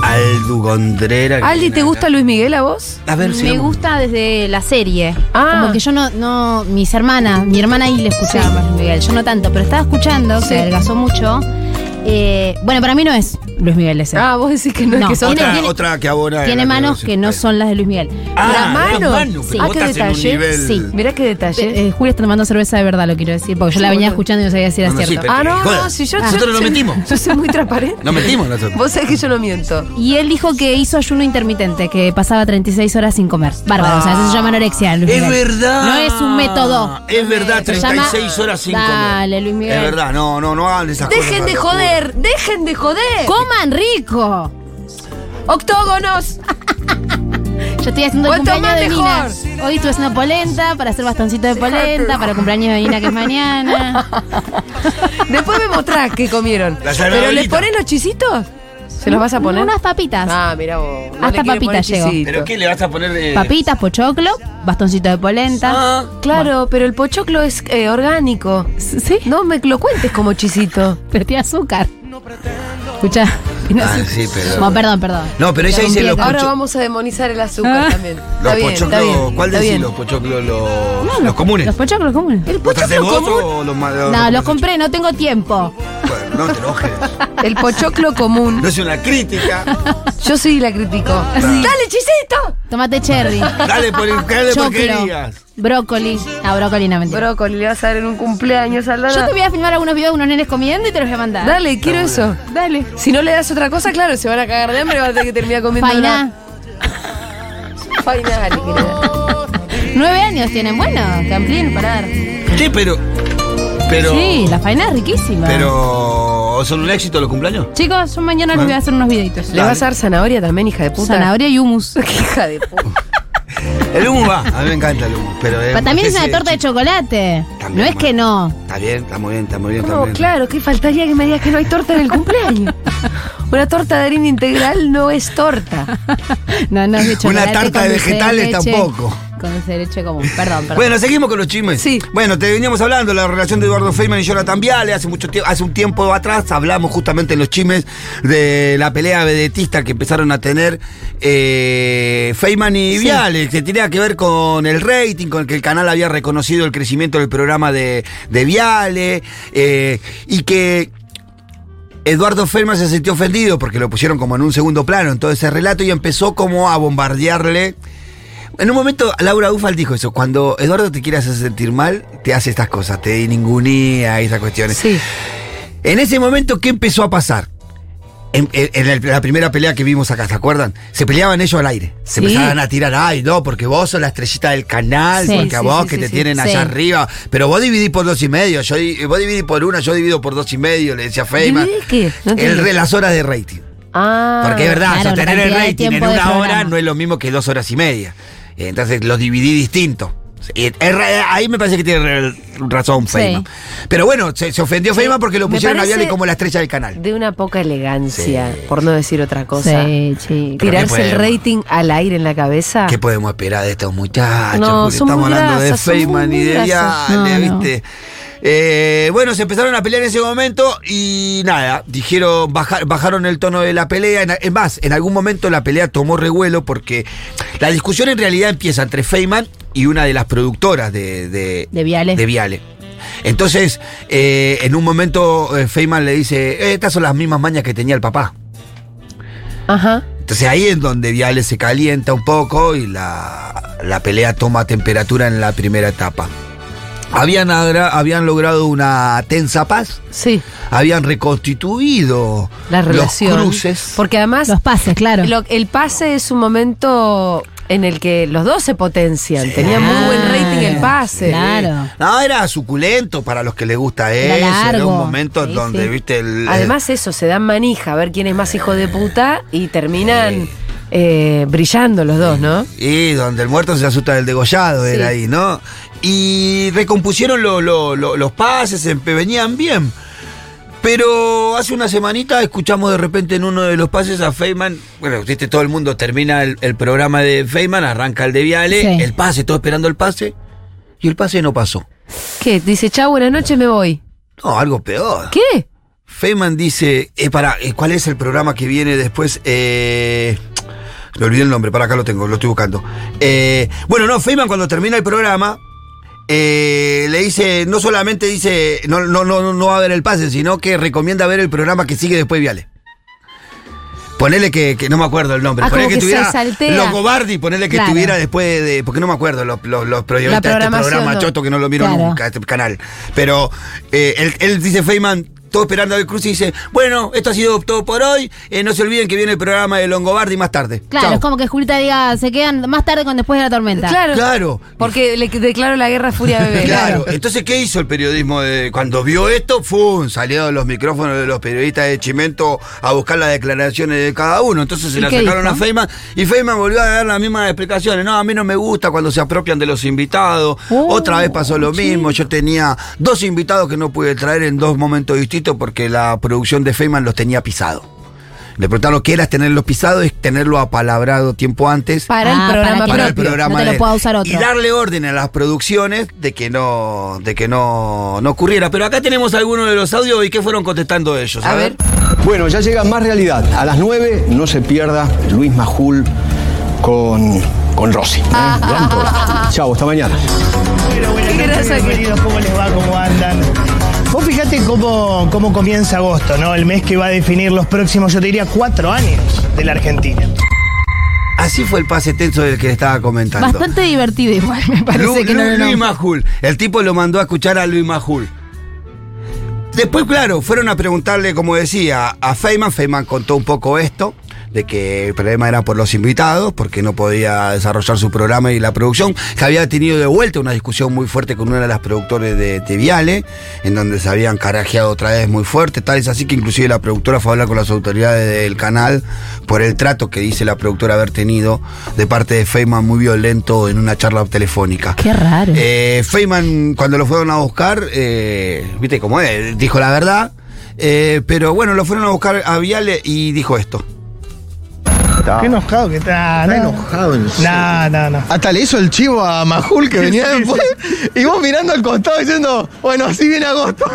S2: Aldu Gondrera. que
S1: Aldi,
S2: viene
S1: ¿te
S2: acá.
S1: gusta Luis Miguel a vos?
S2: A ver si
S5: me
S2: vamos-
S5: gusta desde la serie.
S1: Ah.
S5: Como que yo no, no, mis hermanas, mi hermana ahí le escuchaba más Luis Miguel, yo no tanto, pero estaba escuchando,
S1: Sí.
S5: se adelgazó mucho. Eh, bueno, para mí no es Luis Miguel ese.
S1: Ah, vos decís que no, es
S5: No,
S1: que son.
S5: otra-
S1: Ah,
S5: tiene-
S2: que abona.
S5: Tiene manos que no son las de Luis Miguel.
S1: Ah, manos.
S5: Sí.
S1: Ah, qué detalle.
S5: Sí.
S1: Mirá qué detalle.
S5: Eh, eh, Julia está tomando cerveza de verdad, lo quiero decir, porque yo la venía escuchando y no sabía si era
S2: No, no, sí,
S5: cierto.
S2: pero-
S1: ah, no,
S2: Joder,
S1: no, si yo.
S2: nosotros
S1: yo-
S2: no
S1: yo-
S2: mentimos.
S1: (laughs) Yo soy muy transparente.
S2: No metimos nosotros.
S1: Vos sabés que yo no miento.
S5: Y él dijo que hizo ayuno intermitente, que pasaba 36 horas sin comer. Bárbaro, o sea, eso se llama anorexia. Luis
S2: Es
S5: Miguel.
S2: verdad.
S5: No es un método.
S2: Es verdad,
S5: Se llama-
S2: 36 horas sin comer.
S5: Dale, Luis Miguel.
S2: Es verdad, no, no, no hagan esas cosas.
S1: Dejen de
S2: locura.
S1: joder, dejen de joder.
S5: ¡Coman rico!
S1: Octógonos.
S5: Yo estoy haciendo el
S1: Cuanto
S5: cumpleaños
S1: más
S5: de Nina.
S1: mejor.
S5: Hoy estuve haciendo polenta para hacer bastoncito de polenta, para el cumpleaños de Nina que
S1: (laughs)
S5: es mañana.
S1: Después me mostrás qué comieron.
S2: La
S1: Pero les
S2: salvadorita.
S1: pones los chisitos. ¿Se los vas a poner?
S5: Unas papitas.
S1: Ah, mira vos.
S5: Hasta papita llegó.
S2: ¿Pero qué le vas a poner de.?
S5: Papitas, pochoclo, bastoncito de polenta.
S1: Ah. Claro, pero el pochoclo es eh, orgánico.
S5: Sí,
S1: No me lo cuentes como chisito.
S5: pero tiene azúcar. Escucha.
S2: Ah, sí, pero-
S5: perdón, perdón.
S2: No, pero ella
S5: Interrumpí
S2: dice
S5: el
S2: los
S5: tema.
S1: Ahora
S2: pocho-
S1: vamos a demonizar el azúcar
S5: Ah.
S1: también.
S2: Los
S1: Está bien, está
S2: pochoclos.
S1: bien,
S2: ¿Cuál
S1: está
S2: decís?
S1: bien.
S2: Los pochoclos, los,
S5: No,
S2: los comunes.
S5: (laughs) Los pochoclos comunes.
S1: El
S2: ¿Vos hacés
S1: pochoclo
S2: vos
S1: común.
S2: o los ma-
S5: No, los
S2: los
S5: compré, no tengo tiempo.
S2: Bueno, no te enojes.
S1: El pochoclo
S2: No
S1: común.
S2: es una crítica.
S1: Yo sí la critico. ¡Dale, chisito!
S5: Tomate cherry.
S2: (laughs) Dale, por, dale
S5: Choclo.
S2: porquerías.
S5: Brócoli. No, brócoli no mentira.
S1: Brócoli, le vas a dar en un cumpleaños al
S5: Yo te voy a filmar algunos videos de unos nenes comiendo y te los voy a mandar.
S1: Dale, quiero eso. Dale. Si no le das otra cosa, claro, se van a cagar de hambre y van a tener que terminar comiendo.
S5: Fainá.
S1: una- Fainá, dale, que le das.
S5: Nueve años tienen. Bueno, Camplín, parar.
S2: Sí, pero. Pero.
S5: Sí, la faena es riquísima.
S2: Pero. ¿Son un éxito los cumpleaños?
S5: Chicos, yo mañana les voy a hacer unos videitos.
S1: ¿Le vas a dar zanahoria también, hija de puta?
S5: Zanahoria y humus.
S1: (laughs) Qué hija de puta.
S2: El humo va, a mí me encanta el humo. Pero es
S5: Pa- También es
S2: especie
S5: una torta de chocolate.
S2: También,
S5: No es
S2: bueno.
S5: que no.
S2: Está bien, está muy bien, está muy bien. está
S1: No,
S2: muy bien.
S1: claro, que faltaría que me digas que no hay torta en el cumpleaños. Una torta de harina integral no es torta.
S5: No, no es de chocolate.
S2: tarta
S5: con
S2: de
S5: dulce
S2: vegetales
S5: leche.
S2: tampoco.
S5: Con dulce de leche común. Perdón, perdón.
S2: Bueno, seguimos con los chismes.
S1: Sí.
S2: Bueno, te veníamos hablando de la relación de Eduardo Feynman y Jonathan Viale. Hace mucho tiempo, hace un tiempo atrás hablamos justamente en los chismes de la pelea vedetista que empezaron a tener eh, Feynman y Viale, que tenía que ver con el rating, con el que el canal había reconocido el crecimiento del programa de, de Viale, eh, y que Eduardo Ferma se sintió ofendido porque lo pusieron como en un segundo plano en todo ese relato y empezó como a bombardearle. En un momento Laura Ufal dijo eso, cuando Eduardo te quiere hacer sentir mal, te hace estas cosas, te ningunea y esas cuestiones.
S1: Sí.
S2: En ese momento, ¿qué empezó a pasar? En, en- en el- la primera pelea que vimos acá, ¿se acuerdan? Se peleaban ellos al aire. Se
S1: Sí.
S2: empezaban a tirar, ay, no, porque vos sos la estrellita del canal,
S5: Sí,
S2: porque a
S1: sí,
S2: vos
S1: sí,
S2: que
S1: sí,
S2: te
S1: sí.
S2: tienen allá
S5: Sí.
S2: arriba. Pero vos dividís por dos y medio, yo, di- vos dividís por una, yo divido por dos y medio, le decía Feynman.
S1: ¿Dividís qué? No
S2: el,
S1: entendí.
S2: re- las horas de rating.
S1: Ah.
S2: Porque es verdad,
S5: Claro, la
S2: sostener el
S5: cantidad de
S2: rating en
S5: tiempo de
S2: una hora
S5: programa.
S2: no es lo mismo que dos horas y media. Entonces los dividí distinto. Eh, es ra- Ahí me parece que tiene razón
S5: Sí.
S2: Feynman. Pero bueno, se, se ofendió Feynman porque lo
S1: Me
S2: pusieron a
S1: parece-
S2: Viale como la estrella del canal.
S1: De una poca elegancia,
S2: Sí.
S1: por no decir otra cosa.
S5: Sí, chico.
S2: Pero ¿qué
S1: Tirarse el
S2: podemos?
S1: rating al aire en la cabeza.
S2: ¿Qué podemos esperar de estos muchachos?
S1: Ah. No,
S2: Juli?
S1: son
S2: Estamos
S1: muy
S2: hablando
S1: grasas,
S2: de
S1: son muy,
S2: Feynman y
S1: muy
S2: de
S1: grasas.
S2: Viale,
S5: No, no.
S2: ¿viste? Eh, bueno, se empezaron a pelear en ese momento y nada, dijeron, baja- bajaron el tono de la pelea. En- Es más, en algún momento la pelea tomó revuelo porque la discusión en realidad empieza entre Feynman y una de las productoras de, de,
S5: De Viale.
S2: de Viale. Entonces, eh, en un momento eh, Feynman le dice, "Eh, estas son las mismas mañas que tenía el papá.
S1: Ajá.
S2: Entonces ahí es donde Viale se calienta un poco y la, la pelea toma temperatura en la primera etapa. Habían, agra- habían logrado una tensa paz,
S1: Sí,
S2: habían reconstituido
S1: la relación.
S2: los cruces.
S1: Porque además,
S5: Los pases, claro.
S1: lo- el pase es un momento en el que los dos se potencian. Tenía muy
S5: Claro,
S1: buen rating el pase.
S5: Ah, Claro.
S2: No, era suculento para los que les gusta eso.
S5: Era
S2: Era
S5: largo.
S2: un momento
S5: Sí,
S2: donde,
S5: sí.
S2: viste, el,
S1: Además, eso, se dan manija a ver quién es más hijo de puta y terminan eh, brillando los dos, ¿no?
S2: Y donde el muerto se asusta del degollado,
S1: Sí.
S2: era ahí, ¿no? Y recompusieron lo- lo- lo- los pases, em- venían bien. Pero hace una semanita escuchamos de repente en uno de los pases a Feynman. Bueno, viste, todo el mundo termina el, el programa de Feynman, arranca el de Viale,
S5: Sí.
S2: el pase, todo esperando el pase. Y el pase no pasó.
S1: ¿Qué? Dice, chao, buenas noches, me voy.
S2: No, algo peor.
S1: ¿Qué?
S2: Feynman dice, eh, para, ¿cuál es el programa que viene después? Eh, me olvidé el nombre, para acá lo tengo, lo estoy buscando. Eh, bueno, no, Feynman cuando termina el programa, eh, le dice, no solamente dice, no, no, no, no va a ver el pase, sino que recomienda ver el programa que sigue después de Viale. Ponele que, que no me acuerdo el nombre.
S5: Ah,
S2: ponele
S5: como que se saltea.
S2: Loco Bardi, ponele que
S5: Claro.
S2: estuviera después de. Porque no me acuerdo los, los, los periodistas de este
S1: programación,
S2: programa
S1: no.
S2: choto que no lo miro
S5: Claro.
S2: nunca, este canal. Pero eh, él, él dice Feynman, todo esperando a ver Cruz y dice, bueno, esto ha sido todo por hoy. eh, no se olviden que viene el programa de Longobardi más tarde.
S5: Claro,
S2: Chau.
S5: es como que Julita diga, se quedan más tarde con después de la tormenta.
S1: Claro.
S2: Claro.
S1: Porque le declaro la guerra a Furia Bebé.
S2: Claro. Entonces, ¿qué hizo el periodismo? de- cuando vio esto, ¡fum! salieron los micrófonos de los periodistas de Chimento a buscar las declaraciones de cada uno. Entonces se
S5: ¿Y
S2: las
S5: qué
S2: sacaron
S5: dijo?
S2: a Feynman y Feynman volvió a dar las mismas explicaciones. No, a mí no me gusta cuando se apropian de los invitados.
S5: Oh,
S2: Otra vez pasó lo mismo. Yo tenía dos invitados que no pude traer en dos momentos distintos porque la producción de Feynman los tenía pisado. Le preguntaron qué era tenerlos pisados, es tenerlo apalabrado tiempo antes
S1: Para
S5: Ah,
S1: el programa
S5: para que-
S2: para el
S1: propio.
S2: programa
S5: No te lo
S2: de-
S5: pueda usar otro.
S2: y darle orden a las producciones de que no de que no, no ocurriera pero acá tenemos algunos de los audios y qué fueron contestando ellos a,
S1: A ver.
S2: ver,
S7: Bueno, ya llega más realidad. A las 9 no se pierda Luis Majul con, con Rossi. ¿eh? Gran programa. Chau, hasta mañana.
S8: Buenas
S1: Qué
S8: noches,
S1: grasa que-
S8: bienvenidos, ¿cómo les va? ¿Cómo andan? Vos fíjate cómo, cómo comienza agosto, ¿no? El mes que va a definir los próximos, yo te diría, cuatro años de la Argentina.
S2: así fue el pase tenso del que estaba comentando
S5: (laughs) Bastante divertido igual, me parece
S2: Lu- Lu-
S5: que no lo
S2: Luis
S5: nombra.
S2: Majul el tipo lo mandó a escuchar a Luis Majul Después, claro, fueron a preguntarle, como decía, a Feynman. Feynman contó un poco esto, de que el problema era por los invitados, porque no podía desarrollar su programa y la producción, que había tenido de vuelta una discusión muy fuerte con una de las productores de, de Viale, en donde se habían carajeado otra vez muy fuerte, tal es así que inclusive la productora fue a hablar con las autoridades del canal por el trato que dice la productora haber tenido de parte de Feynman muy violento en una charla telefónica.
S5: Qué raro.
S2: Eh, Feynman, cuando lo fueron a buscar, eh, viste cómo es, dijo la verdad. eh, pero bueno, lo fueron a buscar a Viale y dijo esto.
S8: Qué enojado que está.
S7: Ah.
S8: Está enojado, en No, no, no.
S9: Hasta le hizo el chivo a Majul que venía
S8: Sí, sí.
S7: (laughs)
S9: después. Y vos mirando al costado diciendo, bueno, así viene agosto.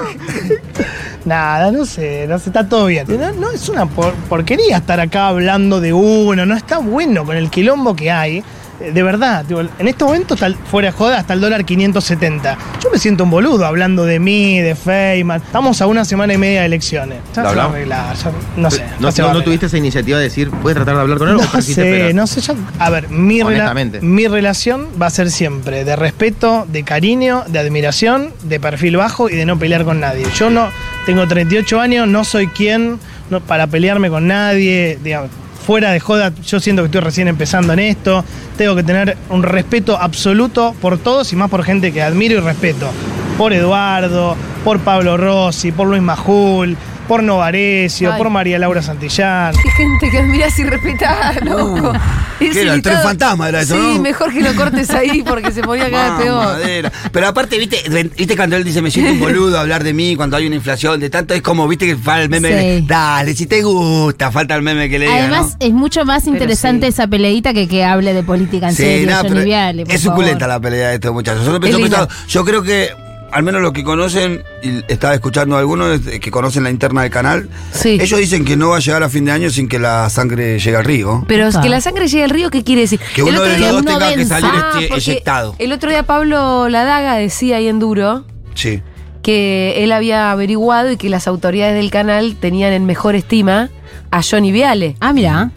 S8: Nada, no sé, no sé, está todo bien. No, no, es una por- porquería estar acá hablando de uno, no está bueno con el quilombo que hay. Eh, De verdad, digo, en este momento, está el- fuera de joda, hasta el dólar 570. Yo me siento un boludo hablando de mí, de Feynman. Estamos a una semana y media de elecciones. Ya se va a
S9: hablamos?
S8: arreglar, ya- no sé.
S9: No,
S8: se
S9: no-
S8: va a
S9: no
S8: arreglar.
S9: tuviste esa iniciativa de decir, puedes tratar de hablar con él o
S8: No
S9: trajiste
S8: sé,
S9: pelas?
S8: no sé. ya- a ver, mi, rela-
S9: Honestamente.
S8: mi relación va a ser siempre de respeto, de cariño, de admiración, de perfil bajo y de no pelear con nadie. Yo no tengo 38 años, no soy quien no, para pelearme con nadie. Digamos, fuera de joda, yo siento que estoy recién empezando en esto. Tengo que tener un respeto absoluto por todos y más por gente que admiro y respeto. Por Eduardo, por Pablo Rossi, por Luis Majul. por Novarecio,
S1: Ay.
S8: por María Laura Santillán.
S1: Qué gente que admiras y (laughs) respetás, loco. Es
S2: Uh. ¿Qué era? El
S1: imitado.
S2: tren fantasma era eso,
S1: Sí,
S2: ¿no?
S1: mejor que lo cortes ahí porque se ponía cada vez peor.
S2: Mamadera. Pero aparte, ¿viste, viste cuando él dice, me siento
S5: (laughs)
S2: un boludo a hablar de mí cuando hay una inflación de tanto, es como, viste, que falta el meme.
S5: Sí.
S2: Dale, si te gusta, falta el meme que le diga,
S5: Además,
S2: ¿no?
S5: es mucho más
S1: Pero
S5: interesante
S1: sí.
S5: esa peleita que que hable de política en
S2: Sí,
S5: serio,
S2: nada,
S5: Johnny
S2: pero
S5: Viale, por
S2: es
S5: favor.
S2: suculenta la pelea de estos muchachos. Yo,
S1: Es
S2: yo-
S1: linda.
S2: yo creo que, al menos los que conocen, y estaba escuchando a algunos eh, que conocen la interna del canal,
S1: Sí.
S2: ellos dicen que no va a llegar a fin de año sin que la sangre llegue al río.
S1: Pero es
S5: Opa.
S1: que la sangre llegue al río, ¿qué quiere decir?
S2: Que uno de
S5: día
S2: los dos
S5: uno
S2: tenga que
S5: venza,
S2: salir este-
S1: porque
S2: eyectado.
S1: El otro día Pablo Ladaga decía ahí en Duro
S2: Sí.
S1: que él había averiguado y que las autoridades del canal tenían en mejor estima a Johnny Viale.
S5: Ah, mira.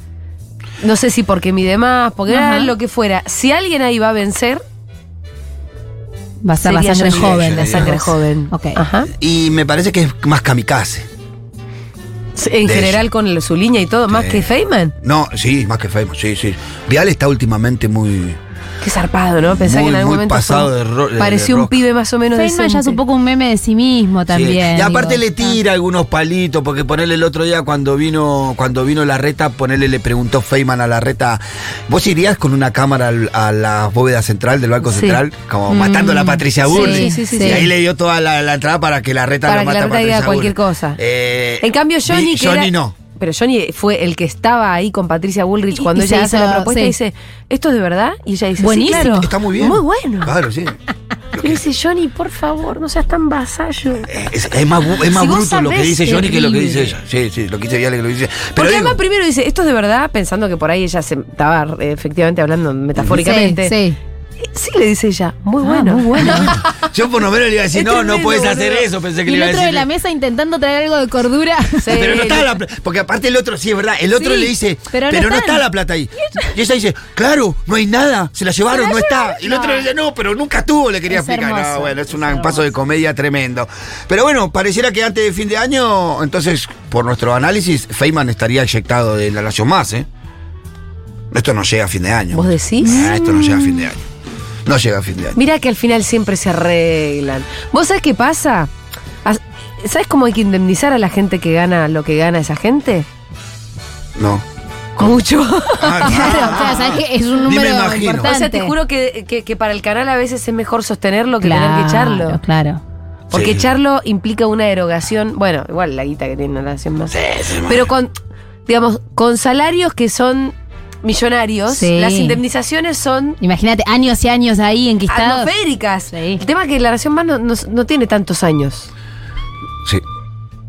S1: No sé si porque mide más, porque
S5: Ajá.
S1: era lo que fuera. Si alguien ahí va a vencer,
S5: Va a ser la
S1: sería
S5: sangre
S1: Johnny
S5: joven.
S1: Viale, la
S5: decís
S1: sangre
S5: vos.
S1: joven. Ah.
S5: Ok. Ah.
S1: Ajá.
S2: Y me parece que es más kamikaze.
S1: Sí, En
S2: De
S1: general
S2: ella.
S1: con el- su línea y todo, más
S2: Sí.
S1: que Feynman.
S2: No, sí, más que famous, sí, sí. Vial está últimamente muy.
S1: Qué zarpado, ¿no? Pensaba
S2: Muy,
S1: que en algún
S2: muy
S1: momento
S2: pasado
S1: fue-
S2: de ro- de-
S1: pareció
S2: de
S1: un
S2: rosca.
S1: pibe más o menos
S5: Feynman ya es un
S1: decente.
S5: poco un meme de sí mismo también.
S2: Sí. Y aparte
S5: digo.
S2: le tira algunos palitos, porque ponele el otro día cuando vino, cuando vino la reta, ponele, le preguntó Feynman a la reta, ¿vos irías con una cámara al- a la bóveda central del Banco
S1: Sí. Mm,
S2: Central? Como matando a la Patricia
S5: Sí,
S2: Burri.
S5: sí, sí,
S2: y
S5: sí.
S2: ahí le dio toda la, la entrada para que la reta
S1: Para
S2: lo
S1: que la
S2: mate
S1: reta
S2: a
S1: diga
S2: Patricia
S1: cualquier
S2: Bullrich.
S1: cosa.
S2: Eh,
S1: En cambio,
S2: vi-
S1: Johnny. que
S2: Johnny
S1: era-
S2: no.
S1: Pero Johnny fue el que estaba ahí con Patricia Bullrich
S5: Y-
S1: cuando
S5: y
S1: ella
S5: se
S1: hace
S5: hizo-
S1: la propuesta y
S5: sí.
S1: dice: ¿Esto es de verdad? Y ella dice:
S5: Buenísimo.
S1: Sí, claro.
S2: Está muy bien.
S1: Oh.
S2: Ah,
S1: Muy bueno.
S2: Claro, sí. Lo
S1: Y (laughs)
S2: que-
S1: le dice: Johnny, por favor, no seas tan vasallo.
S2: Eh, Es, es más, bu- es más
S1: Si vos
S2: bruto lo que
S1: sabés,
S2: dice Johnny que lo que dice
S1: terrible.
S2: ella. Sí, sí, lo que dice Viale que lo que dice. Pero
S1: Porque
S2: digo-
S1: además primero dice: ¿Esto es de verdad? Pensando que por ahí ella se estaba eh, efectivamente hablando metafóricamente. Sí,
S5: Ah. Sí, sí.
S1: le dice ella: Muy
S5: Ah,
S1: bueno.
S5: muy
S1: (laughs)
S5: bueno.
S2: Yo por lo menos le iba a decir,
S1: Es
S2: no, no
S1: tremendo,
S2: puedes hacer
S1: boludo.
S2: eso, pensé que
S5: Y
S2: le
S5: el
S2: iba a
S5: otro de
S2: decir.
S5: la mesa intentando traer algo de cordura.
S1: Sí.
S2: Pero no está la plata. Porque aparte el otro, sí, es verdad. El otro
S5: Sí,
S2: le dice,
S5: pero
S2: pero,
S5: no
S2: no,
S5: están.
S2: está la plata ahí. Y ella dice, claro, no hay nada. Se la llevaron, no está. Y el otro le dice, no, pero nunca estuvo, le quería
S5: Es
S2: explicar.
S5: hermoso,
S2: no, bueno, es
S5: es
S2: un
S5: hermoso.
S2: paso de comedia tremendo. Pero bueno, pareciera que antes de fin de año, entonces, por nuestro análisis, Feynman estaría eyectado de la nación más, ¿eh? Esto no llega a fin de año.
S1: ¿Vos decís?
S2: Ah, esto no llega a fin de año. No llega a fin de año.
S1: Mira que al final siempre se arreglan. ¿Vos sabés qué pasa? As- ¿Sabés cómo hay que indemnizar a la gente que gana lo que gana esa gente?
S2: No. (laughs)
S1: Mucho.
S2: Ah,
S5: Claro, o sea, ¿sabes qué? Es un
S2: Ni me
S5: número
S2: imagino.
S5: importante.
S1: o sea, te juro que, que- que para el canal a veces es mejor sostenerlo que tener que
S5: Claro,
S1: echarlo.
S5: claro.
S1: Porque
S2: Sí.
S1: echarlo implica una erogación. Bueno, igual la guita que tiene una nación más. Pero con, digamos, con salarios que son millonarios,
S5: Sí.
S1: las indemnizaciones son
S5: Imagínate, años y años ahí
S1: Ah,
S5: enquistados.
S1: atmosféricas.
S5: Sí.
S1: El tema es que la nación más no- no- no tiene tantos años.
S2: Sí.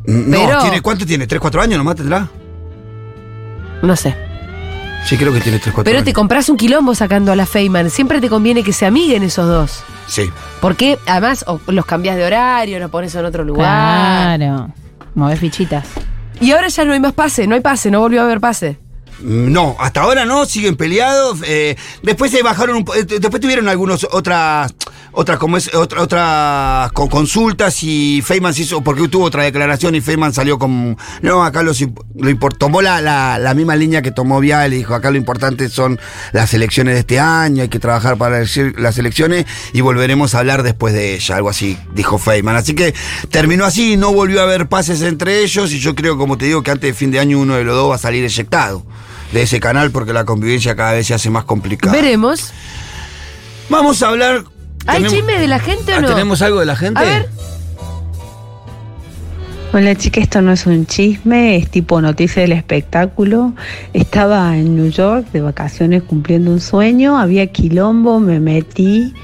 S2: No,
S1: Pero-
S2: tiene, ¿cuánto tiene? ¿3, 4 años nomás tendrá?
S1: No sé.
S2: Sí, creo que tiene 3, 4
S1: Pero
S2: años.
S1: te compras un quilombo sacando a la Feynman. Siempre te conviene que se amiguen esos dos.
S2: Sí.
S1: Porque además o los cambias de horario, los pones en otro lugar.
S5: Claro. Mover fichitas.
S1: Y ahora ya no hay más pase, no hay pase, no volvió a haber pase.
S2: Mm, No, hasta ahora no, siguen peleados. eh, después se bajaron un po- eh, después tuvieron algunos otras otras como es otra- otras co- consultas y Feynman se hizo porque tuvo otra declaración y Feynman salió con no, acá los imp- lo impor- tomó la, la- la misma línea que tomó Vial y dijo, acá lo importante son las elecciones de este año, hay que trabajar para elegir las elecciones y volveremos a hablar después de ella, algo así dijo Feynman. Así que terminó así, no volvió a haber pases entre ellos y yo creo, como te digo, que antes de fin de año uno de los dos va a salir eyectado de ese canal porque la convivencia cada vez se hace más complicada.
S1: Veremos.
S2: Vamos a hablar.
S1: ¿Hay
S2: tenemos- Ah,
S1: chisme de la gente o no?
S2: ¿Tenemos algo de la gente?
S1: A ver.
S10: Hola chica, esto no es un chisme, es tipo noticia del espectáculo. Estaba en New York de vacaciones cumpliendo un sueño, había quilombo, me metí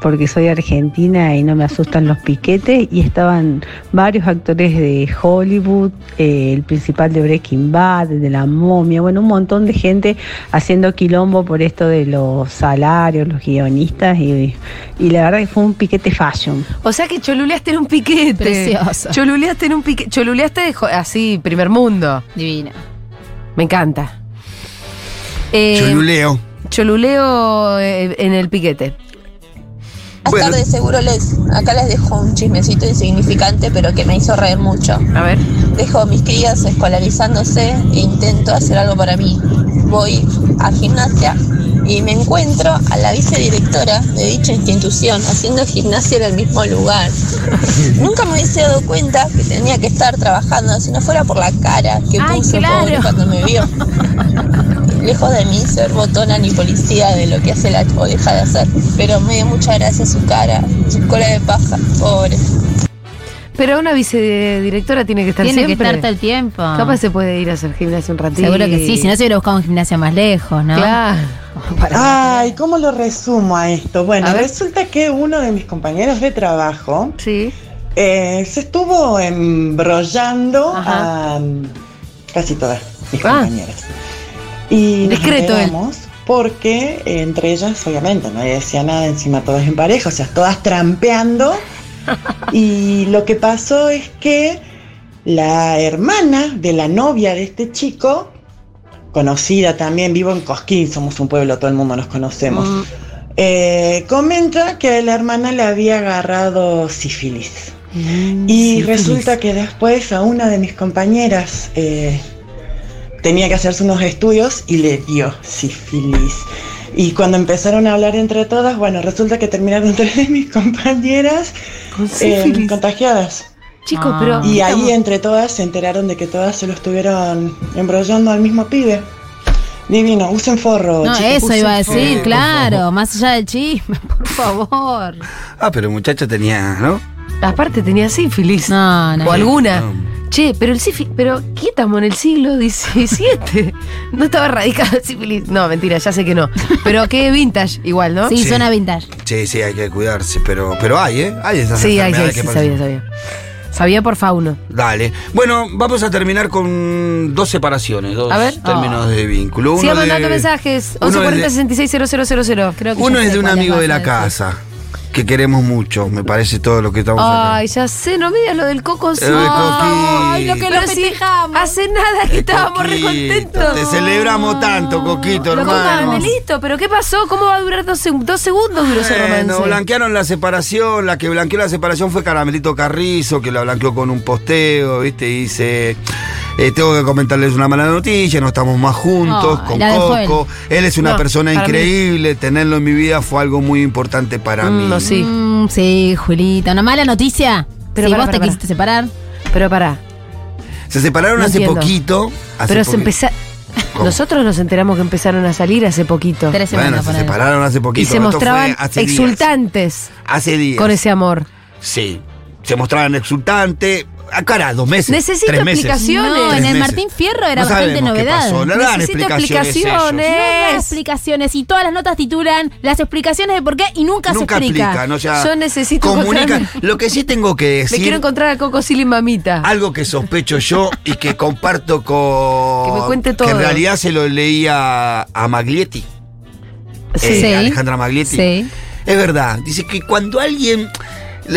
S10: porque soy argentina y no me asustan los piquetes y estaban varios actores de Hollywood, eh, el principal de Breaking Bad, de La Momia, bueno, un montón de gente haciendo quilombo por esto de los salarios, los guionistas y, y la verdad que fue un piquete fashion.
S1: O sea que choluleaste en un piquete.
S5: Precioso.
S1: Choluleaste en un piquete. Choluleaste de jo- así, primer mundo.
S5: Divina.
S1: Me encanta. Eh,
S2: Chululeo.
S1: Choluleo eh, en el piquete.
S2: Bueno.
S11: Buenas tardes, seguro les. Acá les dejo un chismecito insignificante, pero que me hizo reír mucho.
S1: A ver.
S11: Dejo a mis crías escolarizándose e intento hacer algo para mí. Voy a gimnasia y me encuentro a la vicedirectora de dicha institución haciendo gimnasia en el mismo lugar. Nunca me hubiese dado cuenta que tenía que estar trabajando si no fuera por la cara que
S5: Ay,
S11: puso
S5: claro.
S11: pobre cuando me vio.
S5: (laughs)
S11: Lejos de mí ser botona ni policía de lo que hace la o deja de hacer, pero me dio mucha gracia su cara, su cola de paja, pobre.
S1: Pero una vicedirectora tiene que estar
S5: Tiene que
S1: siempre.
S5: estar todo el tiempo.
S1: Capaz se puede ir a hacer gimnasia un ratito.
S5: Seguro que sí, si no se hubiera buscado un gimnasio más lejos, ¿no?
S1: Claro. (laughs)
S3: Ay, ¿cómo lo resumo a esto? Bueno,
S5: A ver.
S3: resulta que uno de mis compañeros de trabajo
S1: Sí.
S3: eh, se estuvo embrollando
S1: Ajá.
S3: a mm, casi todas mis
S1: Ah.
S3: compañeras. Y nos
S1: Discreto él.
S3: enteramos Porque eh, entre ellas, obviamente, nadie decía nada, encima todas en pareja, o sea, todas
S1: (laughs)
S3: trampeando. y lo que pasó es que la hermana de la novia de este chico, conocida también, vivo en Cosquín, somos un pueblo, todo el mundo nos conocemos, eh, comenta que a la hermana le había agarrado sífilis. Y
S1: Ah.
S3: resulta que después a una de mis compañeras eh, tenía que hacerse unos estudios y le dio sífilis. Y cuando empezaron a hablar entre todas, bueno, resulta que terminaron (laughs) tres de mis compañeras
S1: Con
S3: eh,
S1: sífilis.
S3: contagiadas.
S1: Chicos,
S5: Ah.
S1: pero.
S3: Y
S1: estamos-
S3: ahí entre todas se enteraron de que todas se lo estuvieron embrollando al mismo pibe. Divino, usen forro.
S5: No,
S3: chicos,
S5: eso
S3: usen
S5: iba a
S3: forro.
S5: decir,
S2: por
S5: claro.
S2: favor.
S5: Más allá del chisme, (laughs) por favor.
S2: Ah, pero el muchacho tenía, ¿no?
S1: Aparte tenía sífilis.
S5: No, no.
S1: O alguna.
S2: No.
S1: Che, pero el sífilis. Pero, ¿qué estamos en el siglo XVII? no estaba erradicado el sífilis. No, mentira, ya sé que no. Pero qué vintage, igual, ¿no?
S5: Sí,
S2: Sí.
S5: suena vintage.
S2: Sí, sí, hay que cuidarse, pero, pero hay, ¿eh? Hay esas
S1: Sí, hay,
S2: enfermedades
S1: sí, sí,
S2: que
S1: sabía,
S2: parecen-
S1: sabía. Sabía por fauno.
S2: Dale. Bueno, vamos a terminar con dos separaciones, dos
S1: A ver.
S2: términos de vínculo. Uno
S1: Siga
S2: de-
S1: mandando mensajes.
S2: uno es de-
S1: 1140 66 000. Creo que
S2: Uno
S1: ya
S2: es
S1: sé
S2: de un
S1: cuál
S2: amigo
S1: vas
S2: de
S1: a
S2: la
S1: decir.
S2: casa, que queremos mucho, me parece todo lo que estamos
S1: Ay, ya sé, no me digas lo del coco
S2: Lo del coquín. Ay, lo que
S1: lo festejamos. Hace nada que
S2: Eh,
S1: estábamos re
S2: Coquito,
S1: contentos.
S2: Te celebramos tanto, Coquito,
S1: Lo
S2: hermano.
S1: contaron, listo, pero ¿qué pasó? ¿Cómo va a durar dos, seg- dos segundos duró ese
S2: Bueno,
S1: romance?
S2: blanquearon la separación, la que blanqueó la separación fue Caramelito Carrizo, que la blanqueó con un posteo, ¿viste? Y dice, eh, tengo que comentarles una mala noticia, no estamos más juntos,
S5: Ay,
S2: con
S5: la dejó él.
S2: Coco. Él. es una
S1: No,
S2: persona
S1: para mí.
S2: increíble, tenerlo en mi vida fue algo muy importante para
S1: Mm,
S2: mí.
S1: no, sí.
S5: Mm, sí, Julita. Una mala noticia.
S1: Pero
S5: si
S1: pará,
S5: vos te
S1: pará,
S5: quisiste separar.
S1: Pero pará,
S2: Se separaron
S1: No
S2: hace
S1: entiendo.
S2: poquito. hace
S1: pero se empezó.
S2: poquito. ¿Cómo?
S1: Nosotros nos enteramos que empezaron a salir hace poquito.
S5: Tres
S2: Bueno,
S5: semanas.
S2: se
S5: ponele.
S2: separaron hace poquito.
S1: Y se
S2: esto
S1: mostraban
S2: fue hace días.
S1: exultantes
S2: Hace días.
S1: con ese amor.
S2: Sí. Se mostraban exultantes. Ah, cara, dos meses.
S1: Necesito
S2: tres meses.
S1: explicaciones.
S5: No,
S2: Tres
S5: en el
S2: meses.
S5: Martín Fierro era
S2: No
S5: bastante
S2: sabemos qué
S5: novedad.
S2: pasó, no dan
S1: Necesito
S2: explicaciones ellos.
S5: No da
S1: explicaciones.
S5: explicaciones y todas las notas titulan las explicaciones de por qué y nunca,
S2: Nunca
S5: se explica.
S2: explican, o sea,
S1: Yo necesito
S2: comunican.
S1: encontrarme-
S2: Lo que sí tengo que
S1: Me
S2: decir,
S1: quiero encontrar a Coco Silly Mamita.
S2: algo que sospecho yo y que comparto con...
S1: Que me cuente todo.
S2: Que en realidad se lo leía a Maglietti, eh,
S5: Sí.
S2: Alejandra Maglietti.
S5: Sí.
S2: Es verdad, dice que cuando alguien...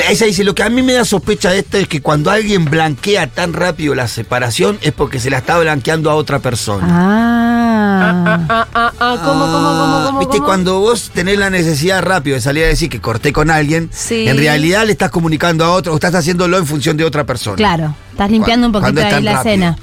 S2: Ella dice, lo que a mí me da sospecha de esto es que cuando alguien blanquea tan rápido la separación es porque se la está blanqueando a otra persona.
S5: Ah.
S1: Ah, ah, ah, ¿cómo, cómo, cómo,
S2: Ah,
S1: cómo?
S2: Viste,
S1: cómo?
S2: cuando vos tenés la necesidad rápido de salir a decir que corté con alguien,
S1: Sí.
S2: en realidad le estás comunicando a otro o estás haciéndolo en función de otra persona.
S5: Claro, estás limpiando un
S2: Cuando- cuando
S5: poquito
S2: es
S5: ahí
S2: tan
S5: la
S2: rápido.
S5: escena.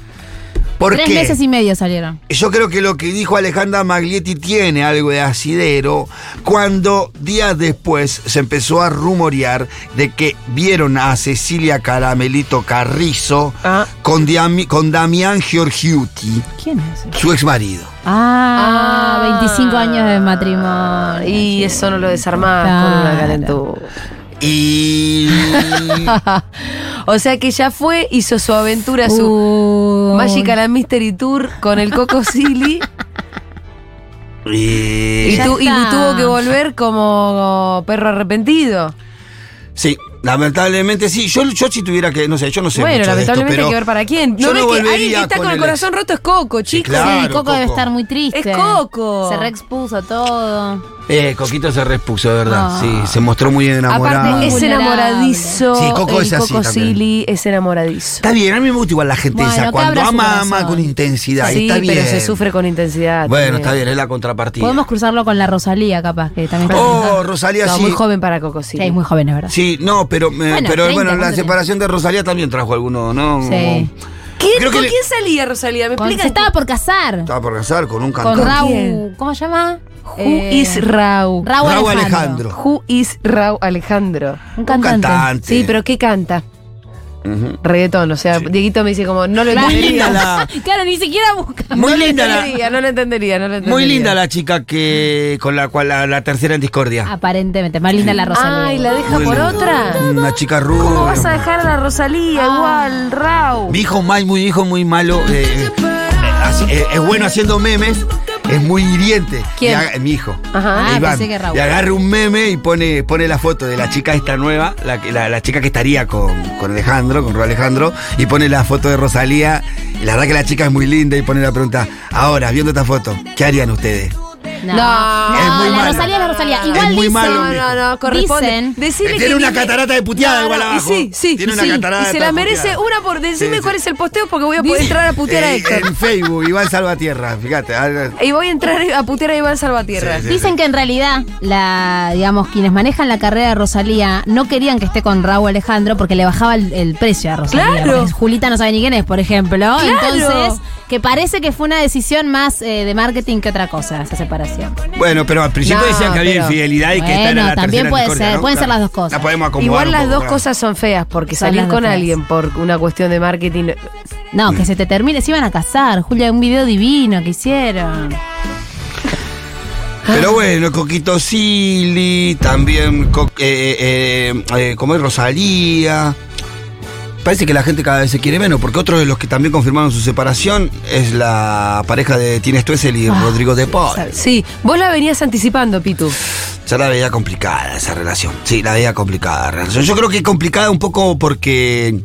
S2: ¿Por
S5: Tres
S2: qué?
S5: meses y medio salieron.
S2: Yo creo que lo que dijo Alejandra Maglietti tiene algo de asidero cuando días después se empezó a rumorear de que vieron a Cecilia Caramelito Carrizo
S1: Ah.
S2: con, Diami- con Damián Giorgiuti,
S5: ¿Quién es?
S2: su ex marido.
S5: Ah, 25 años de matrimonio.
S1: Y eso no lo desarmás con una calentura. (laughs)
S2: Y
S1: O sea que ya fue, hizo su aventura, su
S5: Uh,
S1: Magic and Mystery Tour con el Coco
S5: (laughs)
S1: Silly
S2: y-
S1: y,
S5: Ya
S1: tu- y
S5: está.
S1: tuvo que volver como perro arrepentido.
S2: Sí, lamentablemente sí. Yo, yo si tuviera que, no sé, yo no sé.
S1: bueno,
S2: mucho de esto,
S1: lamentablemente
S2: pero
S1: hay que ver para quién.
S2: yo
S1: No ves
S2: no
S1: que alguien
S2: volvería
S1: que está con,
S2: con
S1: el
S2: el
S1: corazón roto es Coco,
S2: Sí,
S1: chicos.
S5: sí,
S2: claro,
S5: Coco, debe
S2: Coco.
S5: estar muy triste.
S1: Es Coco.
S5: Se reexpuso todo.
S2: Eh, Coquito se repuso, de verdad.
S5: Ah.
S2: Sí, se mostró muy enamorado.
S1: Aparte, es
S5: Vulnerable.
S1: enamoradizo.
S2: Sí, Coco
S1: el
S2: es así
S1: Coco
S2: también.
S1: Silly es enamoradizo.
S2: Está bien, a mí me gusta igual la gente
S5: Bueno,
S2: esa.
S5: que
S2: Cuando
S5: abra su
S2: ama,
S5: corazón.
S2: ama con intensidad.
S1: Sí,
S2: está bien.
S1: pero se sufre con intensidad.
S2: Bueno,
S1: también.
S2: está bien, es la contrapartida.
S5: Podemos cruzarlo con la Rosalía, capaz, que también está
S2: Oh, Rosalía
S1: No,
S2: sí.
S1: muy joven para Coco
S5: Sí,
S1: Silly.
S5: es muy joven, es verdad.
S2: Sí, no, pero, eh,
S5: Bueno,
S2: pero
S5: 30,
S2: bueno, la
S5: ¿cuánto
S2: separación de Rosalía también trajo alguno, ¿no?
S5: Sí.
S1: ¿Qué-
S2: Creo que
S1: ¿Con
S2: le-
S1: quién salía Rosalía? ¿Me
S5: Con- se
S1: explican?
S5: estaba por casar
S2: Estaba por casar con un
S5: con
S2: cantante.
S5: Raúl.
S1: quién?
S5: ¿Cómo se llama?
S1: Who is Eh, Rau?
S5: Rau Rau Alejandro.
S2: Alejandro.
S1: Who is Rau Alejandro?
S5: Un cantante.
S2: cantante.
S1: Sí, pero ¿qué canta? Reggaetón, o sea, Dieguito me dice como, no lo
S2: Muy
S1: entendería.
S2: linda la-
S5: (laughs) Claro, ni siquiera busca.
S2: Muy
S1: no lo
S2: linda la-
S1: entendería, no lo entendería, no lo entendería.
S2: Muy linda la chica que con la cual la, la tercera en discordia.
S5: Aparentemente, más linda la Rosalía.
S1: Ay, la deja
S2: Muy
S1: Ah, por
S2: linda.
S1: otra.
S2: Una chica rubia.
S1: ¿Cómo vas a dejar a la Rosalía igual, Rau?
S2: Mi hijo mal, muy hijo muy malo. eh, eh, así- eh, es bueno haciendo memes. Es muy hiriente.
S1: ¿Quién?
S2: Y haga- mi hijo.
S1: Ajá.
S5: Ah,
S2: Iván.
S5: pensé que Raúl.
S2: Y agarra un meme y pone, pone la foto de la chica esta nueva, la, que- la- la chica que estaría con, con Alejandro, con Ro Alejandro, y pone la foto de Rosalía. Y la verdad que la chica es muy linda y pone la pregunta, ahora, viendo esta foto, ¿qué harían ustedes?
S5: No,
S1: No,
S2: es muy
S5: la
S2: malo.
S5: Rosalía es la Rosalía. Igual
S2: muy
S5: dicen,
S2: malo,
S1: No, no, no, corresponde.
S5: Dicen-
S1: Decile que
S2: Tiene una
S1: tiene-
S2: catarata de puteada
S1: No,
S2: igual
S1: no, y
S2: abajo.
S1: Sí, sí,
S2: Tiene
S1: y
S2: una
S1: sí.
S2: catarata
S1: Y se
S2: de
S1: la
S2: puteada.
S1: merece una por decime
S2: Sí, sí.
S1: cuál es el posteo porque voy a poder entrar a putear
S2: (laughs)
S1: a
S2: Eh,
S1: Héctor.
S2: En Facebook, Iván Salvatierra, fíjate. Ah, ahora-
S1: Y voy a entrar a putear a Iván Salvatierra.
S2: Sí, sí.
S5: Dicen que en realidad, la, digamos, quienes manejan la carrera de Rosalía no querían que esté con Raúl Alejandro porque le bajaba el, el precio a Rosalía.
S1: Claro.
S5: porque Julita no sabe ni quién es, por ejemplo. Entonces, que parece que fue una decisión más eh, de marketing que otra cosa, esa separación.
S2: Bueno, pero al principio
S1: No,
S2: decían que había
S1: pero-
S2: infidelidad y que esta era
S5: Bueno,
S2: la
S5: también
S2: tercera
S5: puede
S2: discordia,
S5: ser,
S2: ¿no?
S5: pueden ser
S2: Claro.
S5: las dos cosas.
S2: La podemos acomodar
S1: Igual
S2: un
S1: las
S2: poco,
S1: dos
S2: claro.
S1: cosas son feas porque
S5: Son
S1: salir
S5: las dos
S1: con
S5: feas.
S1: alguien por una cuestión de marketing.
S5: No, que se te termine, se iban a casar. Julia, un video divino que hicieron. Ah.
S2: Pero bueno, Coquito Silly, también, Co- eh, eh, eh, como es Rosalía. Parece que la gente cada vez se quiere menos, porque otro de los que también confirmaron su separación es la pareja de Tienes Tuesel y
S5: Ah,
S2: Rodrigo de Paul.
S1: Sí, vos la venías anticipando, Pitu.
S2: Ya la veía complicada esa relación. Sí, la veía complicada la relación. Yo creo que complicada un poco porque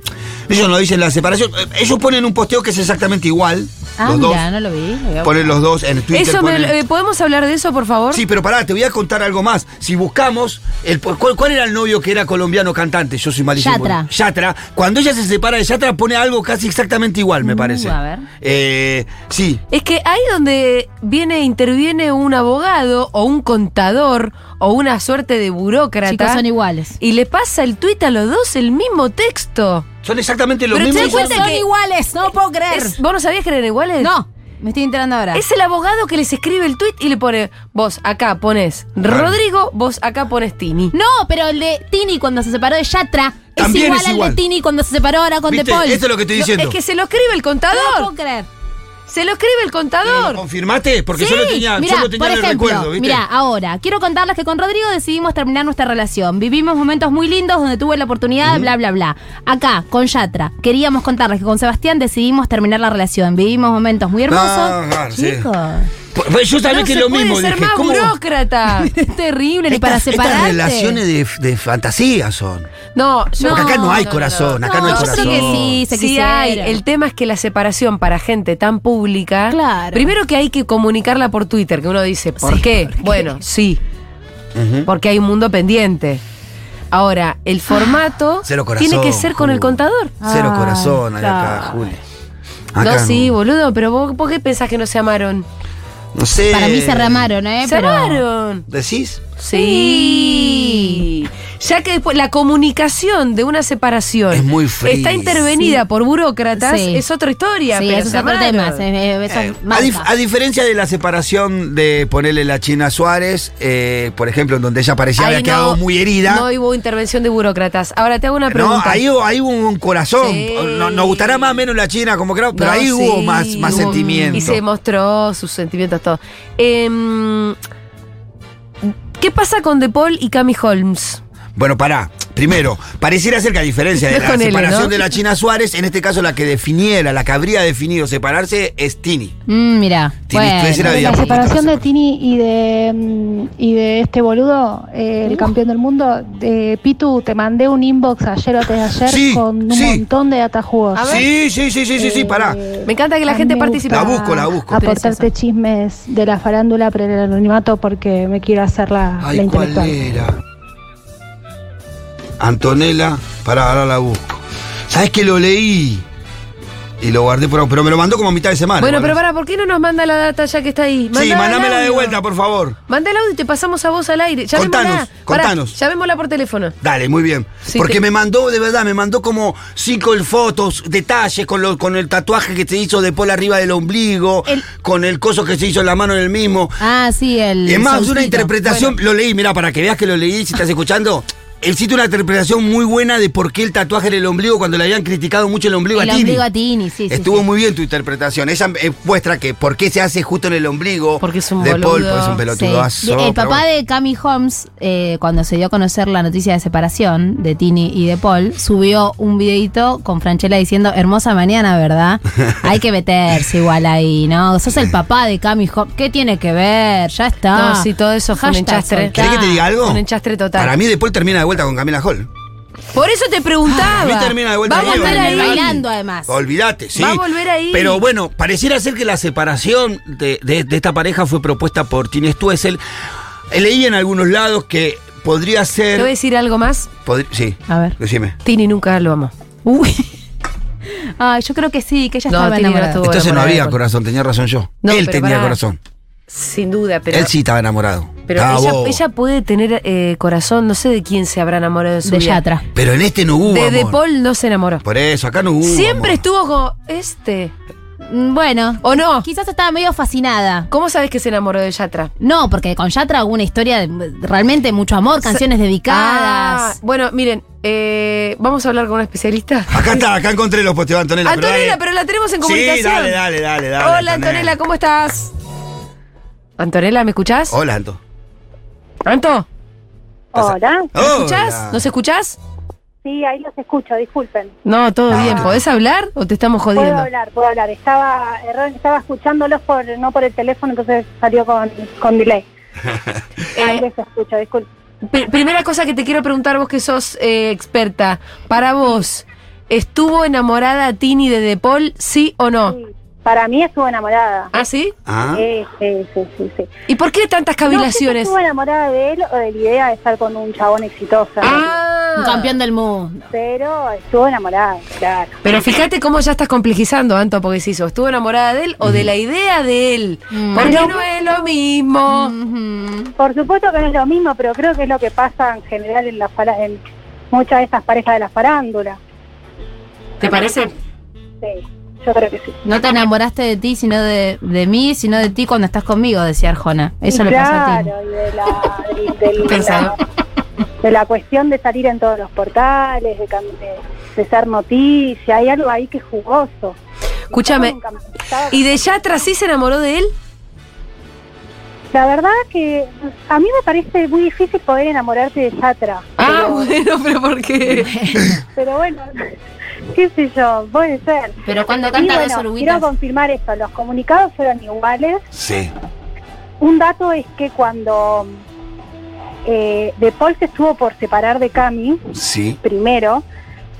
S2: ellos no dicen la separación. Eh, Ellos ponen un posteo que es exactamente igual.
S5: Ah,
S2: los
S5: mira,
S2: dos.
S5: no lo vi. lo voy a-
S2: Ponen los dos en Twitter.
S1: Eso me-
S2: ponen-
S1: eh, ¿Podemos hablar de eso, por favor?
S2: Sí, pero pará, te voy a contar algo más. Si buscamos, el, ¿cuál, cuál era el novio que era colombiano cantante? Yo soy malísimo.
S5: Yatra.
S2: Yatra. Cuando ella se separa de Yatra pone algo casi exactamente igual, me
S5: Uh,
S2: parece.
S5: a ver.
S2: Eh, sí.
S1: Es que ahí donde viene, interviene un abogado o un contador o una suerte de burócrata.
S5: Chicos, son iguales.
S1: Y le pasa el tuit a los dos el mismo texto.
S2: Son exactamente los
S1: Pero te
S2: mismos.
S1: das cuenta
S5: Son
S1: que-
S5: iguales, no puedo creer.
S1: Es- ¿Vos no sabías que eran iguales?
S5: No, me estoy enterando ahora.
S1: Es el abogado que les escribe el tuit y le pone, vos acá pones Rodrigo, vos acá pones Tini.
S5: No, pero el de Tini cuando se separó de Yatra
S2: También
S5: es igual
S2: es
S5: al
S2: igual.
S5: de Tini cuando se separó ahora con De
S2: ¿Viste?
S5: Paul.
S2: Esto es lo que estoy
S1: No,
S2: diciendo.
S1: es que se lo escribe el contador.
S5: No puedo creer.
S1: Se lo escribe el contador.
S2: ¿Confirmaste? Porque yo lo tenía, yo
S5: Mirá,
S2: lo tenía
S5: por
S2: en el
S5: ejemplo,
S2: recuerdo, ¿viste?
S5: mirá, ahora, quiero contarles que con Rodrigo decidimos terminar nuestra relación. Vivimos momentos muy lindos donde tuve la oportunidad, de bla, bla, bla. Acá, con Yatra, queríamos contarles que con Sebastián decidimos terminar la relación. Vivimos momentos muy hermosos.
S2: Ah, ah, sí.
S5: Chicos, (laughs)
S2: Pues, pues, yo sabía
S1: no
S2: que
S1: se
S2: lo
S1: puede
S2: mismo.
S1: ser
S2: dije,
S1: más
S2: ¿cómo?
S1: burócrata.
S5: es terrible, ni para
S2: Estas-
S5: separarte.
S2: Estas relaciones de, de fantasía son.
S1: No, yo
S2: Porque acá no hay corazón, acá Ah, no hay
S5: yo creo
S2: corazón.
S5: que sí, se
S1: Sí
S5: quisieron.
S1: hay, el tema es que la separación para gente tan pública,
S5: Claro.
S1: primero que hay que comunicarla por Twitter, que uno dice, ¿por,
S5: Sí,
S1: qué?
S5: ¿por qué?
S1: Bueno, sí,
S2: Ujú.
S1: porque hay un mundo pendiente. Ahora, el formato
S2: (gasps) Cero corazón. Uh.
S1: tiene que ser con el
S2: Juli.
S1: contador.
S2: Cero
S5: Ay,
S2: corazón hay acá,
S5: claro.
S2: Juli.
S1: no,
S2: Acá
S1: sí, boludo, pero vos, ¿por qué pensás que no se amaron?
S2: No sé.
S5: Para mí se ramaron, ¿eh?
S1: se
S5: Pero-
S1: amaron.
S2: ¿Decís?
S1: Sí. Ya que después la comunicación de una separación
S2: Es muy fría.
S1: está intervenida por burócratas,
S5: Sí.
S1: es otra historia.
S5: Sí,
S1: pero
S5: eso es
S1: se
S5: otro
S1: amaron.
S5: tema. se- eh, eso es
S2: Eh, a,
S5: marca.
S2: dif- a diferencia de la separación de ponerle la China Suárez, eh, por ejemplo, en donde ella parecía
S1: Ahí
S2: había
S1: no-
S2: quedado muy herida.
S1: No hubo intervención de burócratas. Ahora te hago una
S2: No,
S1: pregunta.
S2: ahí, hubo- ahí hubo un corazón.
S1: Sí.
S2: No- nos gustará más o menos la China, como creo, pero
S1: No,
S2: ahí hubo
S1: sí,
S2: más, más
S1: hubo-
S2: sentimiento.
S1: Y se mostró sus sentimientos, todo. Em, ¿Qué pasa con De Paul y Cami Holmes?
S2: Bueno, pará. Primero, pareciera ser que a diferencia de
S1: Es (laughs)
S2: la
S1: con L,
S2: separación
S1: ¿no?
S2: de la China Suárez, en este caso la que definiera, la que habría definido separarse es Tini.
S5: Mm, mira.
S2: Tini,
S5: bueno.
S2: ustedes eran
S12: La
S2: digamos,
S12: separación de
S2: separación.
S12: Tini y de, mm, y de este boludo, eh, el campeón del mundo, de Pitu, te mandé un inbox ayer o antes de ayer
S2: Sí,
S12: con un
S2: sí. Ah,
S12: montón de data
S1: A
S12: jugosos.
S1: ver.
S2: Sí, sí, sí, sí, sí, sí, pará.
S1: Me encanta que la
S12: A
S1: gente
S12: mí me
S1: participe.
S2: La
S12: gusta
S2: busco, la
S13: Ah,
S2: busco.
S12: Aportarte chismes de la farándula, pero en el anonimato, porque me quiero hacer la, la
S2: Ay, ¿cuál
S12: intelectual.
S2: era? Antonella, pará, ahora la busco. ¿Sabes que lo leí? y lo guardé, pero, pero me lo mandó como a mitad de semana.
S1: bueno,
S2: igual. ¿eh?
S1: pero para, ¿por qué no nos manda la data ya que está ahí?
S2: Sí,
S1: Mandá el
S2: mandámela de
S1: audio.
S2: vuelta, por favor.
S1: Mandá el audio y te pasamos a vos al aire. Llamémosla.
S2: Contanos,
S1: Pará,
S2: contanos.
S1: llamémosla por teléfono.
S2: Dale, muy bien.
S1: Sí,
S2: Porque
S1: te-
S2: me mandó, de verdad, me mandó como cinco fotos, detalles con, lo- con el tatuaje que se hizo de Paul arriba del ombligo, con el coso que se hizo en la mano en el mismo.
S5: Ah, sí, el.
S2: Es más, una
S5: solcito.
S2: interpretación, lo leí, mira, para que veas que lo leí, si estás escuchando. Él cita una interpretación muy buena de por qué el tatuaje en el ombligo cuando le habían criticado mucho el ombligo
S5: Bueno, el
S2: a Tini.
S5: ombligo a Tini, sí, sí,
S2: Estuvo
S5: sí.
S2: muy bien tu interpretación. Ella eh, muestra que por qué se hace justo en el ombligo porque es de Paul, porque es un
S5: Sí.
S2: pelotudazo.
S5: El
S2: pero
S5: papá
S2: bueno.
S5: de Cami Holmes, eh, cuando se dio a conocer la noticia de separación de Tini y de Paul, subió un videito con Franchella diciendo, hermosa
S2: (laughs)
S5: mañana, ¿verdad? Hay que meterse igual ahí, ¿no? Sos el papá de Cami Holmes. ¿Qué tiene que ver? Ya está.
S1: No, sí, todo eso fue un enchastre.
S2: ¿Querés que te diga algo?
S1: Un enchastre total.
S2: Para mí de Paul termina de vuelta con Camila Hall.
S1: Por eso te preguntaba.
S2: Para mí termina Ah, de vuelta
S1: Va a
S2: con
S1: volver
S2: Camila
S1: ahí.
S2: Hall.
S5: Bailando, además.
S2: Olvídate, sí.
S1: Va a volver ahí.
S2: Pero bueno, pareciera ser que la separación de, de- de esta pareja fue propuesta por Tini Stuessel. Eh, Leí en algunos lados que podría
S1: Te
S2: ser.
S1: voy a decir algo más.
S2: podri- sí.
S1: A ver.
S2: Decime.
S1: Tini nunca lo amó.
S5: (laughs)
S1: Uy.
S5: Ah, yo creo que sí, que ella
S1: No,
S5: estaba
S1: Tini no
S5: enamorada.
S1: estuvo
S2: Entonces no
S1: enamorada de
S2: había
S1: Paul.
S2: corazón, tenía razón yo.
S1: No,
S2: Él
S1: pero
S2: tenía
S1: pará.
S2: corazón.
S1: Sin duda, pero.
S2: Él sí Ah, estaba enamorado.
S1: Pero
S2: Estaba
S1: ella,
S2: bobo.
S1: ella puede tener eh, corazón, no sé de quién se habrá enamorado en su
S5: De
S1: vida.
S5: Yatra.
S2: Pero en este no hubo.
S1: de De
S2: amor.
S1: Paul no se enamoró.
S2: Por eso, acá no hubo.
S1: Siempre
S2: amor.
S1: estuvo como este.
S5: Mm, Bueno.
S1: ¿O no?
S5: Quizás estaba medio fascinada.
S1: ¿Cómo sabes que se enamoró de Yatra?
S5: No, porque con Yatra hubo una historia de realmente mucho amor, canciones
S1: Ah,
S5: dedicadas.
S1: bueno, miren, eh, vamos a hablar con una especialista.
S2: Acá está, acá encontré los posteos de Antonella. pero
S1: Antonella,
S2: dale.
S1: pero la tenemos en
S2: Sí,
S1: comunicación.
S2: dale, dale, dale, dale.
S1: Hola, Antonella, ¿cómo estás? Antonella, ¿me escuchás?
S2: Hola, Anto.
S1: Anto,
S13: Hola.
S1: ¿me escuchás?
S2: Hola.
S1: ¿Nos escuchás?
S13: Ah, Sí, ahí los escucho, disculpen.
S1: No, todo
S2: Ah.
S1: bien. ¿Podés hablar o te estamos
S13: Puedo
S1: jodiendo?
S13: hablar, puedo hablar. Estaba error, estaba escuchándolos por no por el teléfono, entonces salió con, con delay.
S1: Eh.
S13: Ahí los escucho, disculpen.
S1: Pri- primera cosa que te quiero preguntar vos que sos eh, experta, para vos, ¿estuvo enamorada Tini de De Paul, sí o no?
S13: Para mí estuvo enamorada.
S1: ¿Ah, sí?
S13: Sí, sí, sí, sí, sí.
S1: ¿Y por qué tantas cavilaciones?
S13: No sé si estuvo enamorada de él o de la idea de estar con un chabón exitoso. ¿no?
S1: Ah.
S5: Un campeón del mundo.
S13: Pero estuvo enamorada, claro.
S1: Pero fíjate cómo ya estás complejizando, Anto, porque si eso, ¿estuvo enamorada de él o
S5: Mm.
S1: de la idea de él? Porque no es lo mismo.
S5: Mm.
S13: Por supuesto que no es lo mismo, pero creo que es lo que pasa en general en, la fara- en muchas de estas parejas de la farándula.
S1: ¿Te parece?
S13: Sí, yo creo que sí.
S5: No te enamoraste de ti, sino de, de mí, sino de ti cuando estás conmigo, decía Arjona. Eso
S13: Y
S5: le pasó a ti.
S13: claro, y de la, del- del-
S5: Pensado.
S13: la- de la cuestión de salir en todos los portales, de, cam- de- de ser noticia, hay algo ahí que es jugoso.
S1: Escúchame. ¿Y de Yatra sí se enamoró de él?
S13: La verdad que a mí me parece muy difícil poder enamorarte de Yatra.
S1: Ah, bueno, pero ¿por qué?
S13: Pero bueno, qué sé yo, puede ser.
S5: Pero cuando
S13: Y
S5: canta
S13: bueno,
S5: dos oruguitas.
S13: Quiero confirmar esto, los comunicados fueron iguales.
S2: Sí.
S13: Un dato es que cuando eh, De Paul se estuvo por separar de Cami,
S2: Sí.
S13: primero,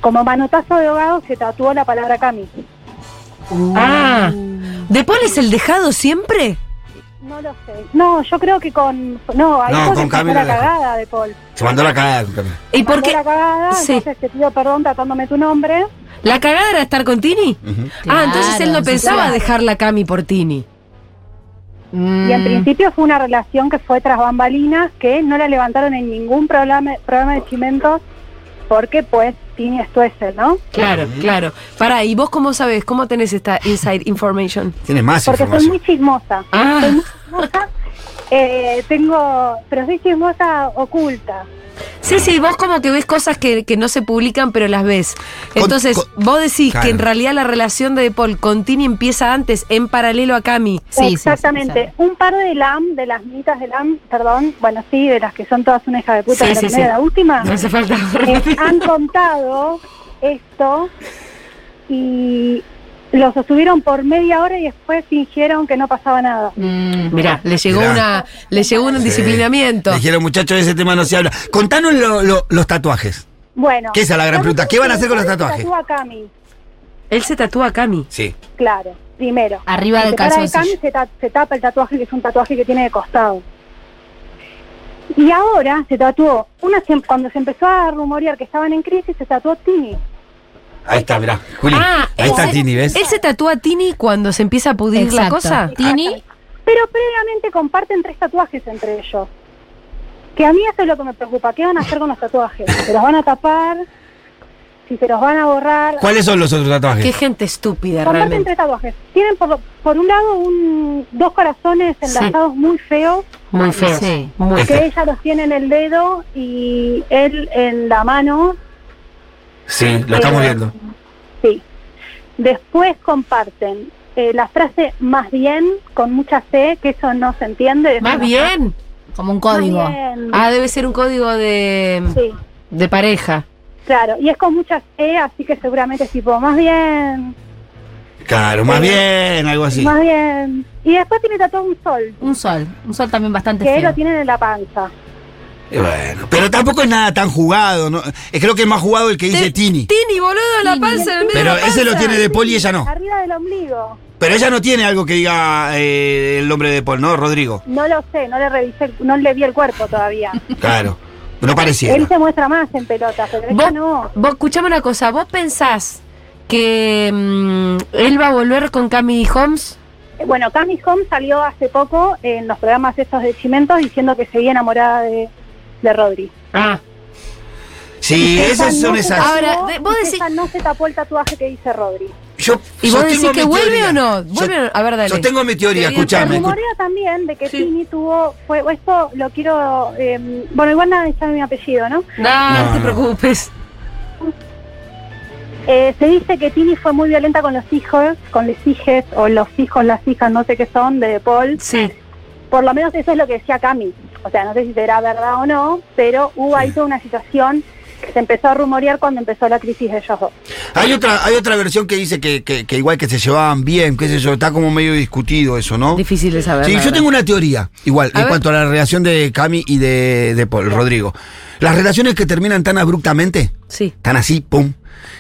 S13: como manotazo de ahogado se tatuó la palabra Cami.
S1: (laughs) Ah, ¿De Paul es el dejado siempre?
S13: No lo sé. No, yo creo que con... No, ahí
S2: No,
S13: fue que
S2: con
S13: empezó
S2: Cami la
S13: la
S2: dejó.
S13: cagada de Paul.
S2: Se mandó la cagada. con Camila.
S1: ¿Y por
S13: Mandó
S1: qué?
S13: La cagada,
S1: Sí.
S13: entonces te pido perdón tratándome tu nombre.
S1: ¿La cagada era estar con Tini? Ah, entonces él no
S5: Claro, sí,
S1: pensaba
S5: claro.
S1: dejar la Cami por Tini.
S13: Y
S2: Mm,
S13: en principio fue una relación que fue tras bambalinas, que no la levantaron en ningún programa, programa de Chimentos, porque pues Tini Stuessel, ¿no?
S1: Claro, claro. Pará, ¿y vos cómo sabes? ¿Cómo tenés esta inside information?
S2: Tienes más
S13: Porque soy
S2: información.
S13: muy chismosa.
S1: Ah.
S13: Soy muy chismosa. Eh, tengo, pero soy chismosa oculta.
S1: Sí, sí, vos como que ves cosas que, que no se publican, pero las ves. Entonces,
S2: con-
S1: vos decís
S2: Claro.
S1: que en realidad la relación de De Paul con Tini empieza antes, en paralelo a Cami.
S13: Exactamente. Un par de LAM, de las mitas de LAM, perdón, bueno, sí, de las que son todas una hija de puta,
S1: Sí,
S13: de la
S1: sí,
S13: primera
S1: sí.
S13: a la última,
S1: (laughs) No hace falta.
S13: eh, han contado esto y lo sostuvieron por media hora y después fingieron que no pasaba nada.
S1: Mirá, le llegó
S2: Mirá.
S1: una, le llegó un
S2: Sí.
S1: disciplinamiento.
S2: Dijeron, muchachos, de ese tema no se habla. Contanos lo- lo- los tatuajes.
S13: Bueno.
S2: Que esa es la gran pregunta. ¿Qué van a hacer con los
S13: ¿Cuál
S2: tatuajes?
S13: tatúa Cami?
S1: Él se tatúa a Cami.
S2: Sí.
S13: Claro, primero.
S5: Arriba
S13: Se
S5: del
S13: separa de
S5: calzoncillo.
S13: Cami, se, ta- se tapa el tatuaje, que es un tatuaje que tiene de costado. Y ahora se tatuó, una, se- cuando se empezó a rumorear que estaban en crisis, se tatuó Tini.
S2: Ahí está, mirá. Juli.
S1: Ah,
S2: ahí
S1: él
S2: está
S1: se-
S2: Tini, ¿ves?
S1: Él se tatúa a Tini cuando se empieza a pudrir la
S13: Exacto.
S1: cosa.
S5: Tini.
S13: Pero previamente comparten tres tatuajes entre ellos. Que a mí eso es lo que me preocupa. ¿Qué van a hacer con los tatuajes? ¿Se los van a tapar? ¿Si se los van a borrar?
S2: ¿Cuáles son los otros tatuajes?
S1: Qué gente estúpida,
S13: Comparten
S1: realmente.
S13: tres tatuajes. Tienen por, por un lado un, dos corazones enlazados muy feos.
S1: Muy feo.
S5: Sí.
S1: Muy
S13: que
S2: Este.
S1: feo.
S13: ella los tiene en el dedo y él en la mano.
S2: Sí, lo estamos viendo.
S13: Sí. Después comparten eh, la frase más bien con mucha C, que eso no se entiende.
S1: Más bien.
S5: Como un código.
S13: bien.
S1: Ah, debe ser un código de,
S13: Sí,
S1: de pareja.
S13: claro. Y es con mucha C, así que seguramente es tipo, más bien,
S2: Claro, más bien, algo así.
S13: más bien. Y después tiene tatuado un sol,
S5: Un sol. Un sol también bastante
S13: que él lo
S5: feo.
S13: tiene en la panza.
S2: Y Bueno, pero tampoco es nada tan jugado, ¿no? Eh, Creo que es más jugado el que dice Tini.
S1: Tini, boludo, la panza en el medio de
S2: Pero
S1: la
S2: ese lo
S1: panza.
S2: tiene de Paul y ella no.
S13: Arriba del ombligo.
S2: Pero ella no tiene algo que diga eh, el nombre de Paul, ¿no? Rodrigo.
S13: No lo sé, no le revisé, el- no le vi el cuerpo todavía.
S2: Claro. No
S13: él
S2: pareciera.
S13: se muestra más en pelota, pero ella no.
S1: Vos escuchame una cosa, ¿vos pensás que mm, él va a volver con Cami Holmes?
S13: Eh, Bueno, Cami Home salió hace poco en los programas estos de Chimentos diciendo que seguía enamorada de, de Rodri.
S1: Ah.
S13: (laughs)
S2: Sí, esas son esas.
S1: Ahora, de- vos
S13: vos
S1: decís-
S13: no se tapó el tatuaje que dice Rodri.
S2: Yo
S1: ¿Y vos
S2: sostengo
S1: decís que
S2: mi
S1: vuelve
S2: teoría.
S1: o no? ¿Vuelve
S2: Yo-
S1: o no? A ver, dale.
S2: Yo tengo mi
S1: Teoría
S2: teoría,
S13: Se
S2: escuchame.
S13: rumorea también de que Tini tuvo, fue, esto lo quiero, eh, bueno, igual nada de echarme mi apellido, ¿no?
S1: No, no
S2: No,
S1: te
S2: no.
S1: preocupes.
S13: Eh, se dice que Tini fue muy violenta con los hijos, con los hijes, o los hijos, las hijas, no sé qué son, de Paul.
S1: Sí.
S13: Por lo menos eso es lo que decía Cami. O sea, no sé si será verdad o no, pero hubo ahí toda una situación que se empezó a rumorear cuando empezó la crisis de ellos dos.
S2: Hay otra, hay otra versión que dice que, que- que igual que se llevaban bien, qué sé yo, está como medio discutido eso, ¿no?
S1: Difícil de saber.
S2: Sí,
S1: la
S2: yo
S1: verdad.
S2: tengo una teoría, igual,
S1: A
S2: en
S1: ver.
S2: cuanto a la relación de Cami y de, de Paul, Rodrigo. Las relaciones que terminan tan abruptamente,
S1: Sí.
S2: tan así, pum,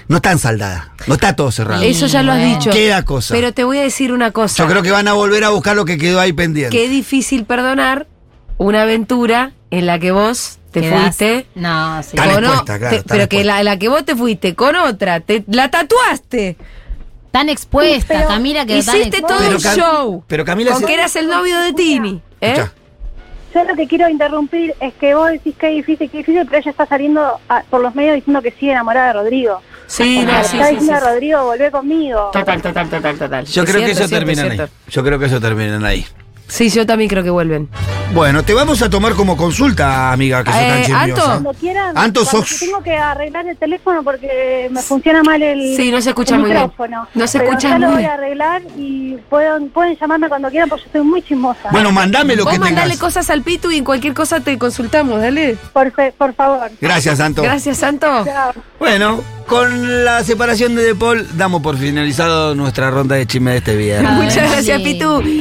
S2: no están saldadas, no está todo cerrado.
S1: Eso ya lo has dicho.
S2: Queda cosa.
S1: Pero te voy a decir una cosa.
S2: yo creo que van a volver a buscar lo que quedó ahí pendiente.
S1: Qué difícil perdonar una aventura en la que vos te
S5: Quedás-
S1: fuiste
S5: No, sí.
S2: Tan
S1: con o-
S2: expuesta, claro,
S1: te-
S2: tan
S1: pero que la,
S2: expuesta.
S1: la que vos te fuiste con otra, te la tatuaste,
S5: Tan expuesta,
S13: Pero
S5: Camila, que tan
S1: hiciste
S5: expuesta.
S1: todo
S2: Pero
S1: un
S2: Cam-
S1: show,
S2: Pero Camila
S1: con
S2: se-
S1: que eras el novio de Tini, ¿eh?
S2: Escuchá.
S13: Yo lo que quiero interrumpir es que vos decís que es difícil, que es difícil, pero ella está saliendo a- por los medios diciendo que sigue enamorada de Rodrigo.
S1: Sí,
S13: O
S1: no,
S13: sea,
S1: sí,
S13: está
S1: sí, sí,
S13: diciendo
S1: sí.
S13: a Rodrigo, volvé conmigo.
S1: Total, total, total, total.
S2: Yo
S1: Es
S2: creo que
S1: cierto,
S2: eso
S1: es cierto, es
S2: termina ahí.
S1: cierta.
S2: Yo creo que eso termina ahí.
S1: Sí, yo también creo que vuelven.
S2: Bueno, te vamos a tomar como consulta, amiga, que sos
S1: Eh,
S2: tan
S1: Anto.
S2: chismosa.
S13: Cuando quieran,
S2: Anto,
S13: cuando
S2: sos-
S13: que tengo que arreglar el teléfono porque me funciona mal el,
S1: Sí, no se escucha
S13: el
S1: muy bien.
S13: micrófono.
S1: No se
S13: Pero
S1: escucha
S13: ya
S1: muy
S13: lo voy
S1: bien.
S13: a arreglar y pueden, pueden llamarme cuando quieran porque yo soy muy chismosa.
S2: Bueno, mandame lo
S1: Vos
S2: que
S1: mandale
S2: tengas.
S1: cosas al Pitu y en cualquier cosa te consultamos, dale.
S13: Por, fe- por favor.
S2: Gracias, Santo.
S1: Gracias, Santo.
S13: Chao.
S2: Bueno, con la separación de De Paul, damos por finalizado nuestra ronda de chisme de este viernes.
S1: Muchas
S5: Ay,
S1: gracias,
S5: sí.
S1: Pitu.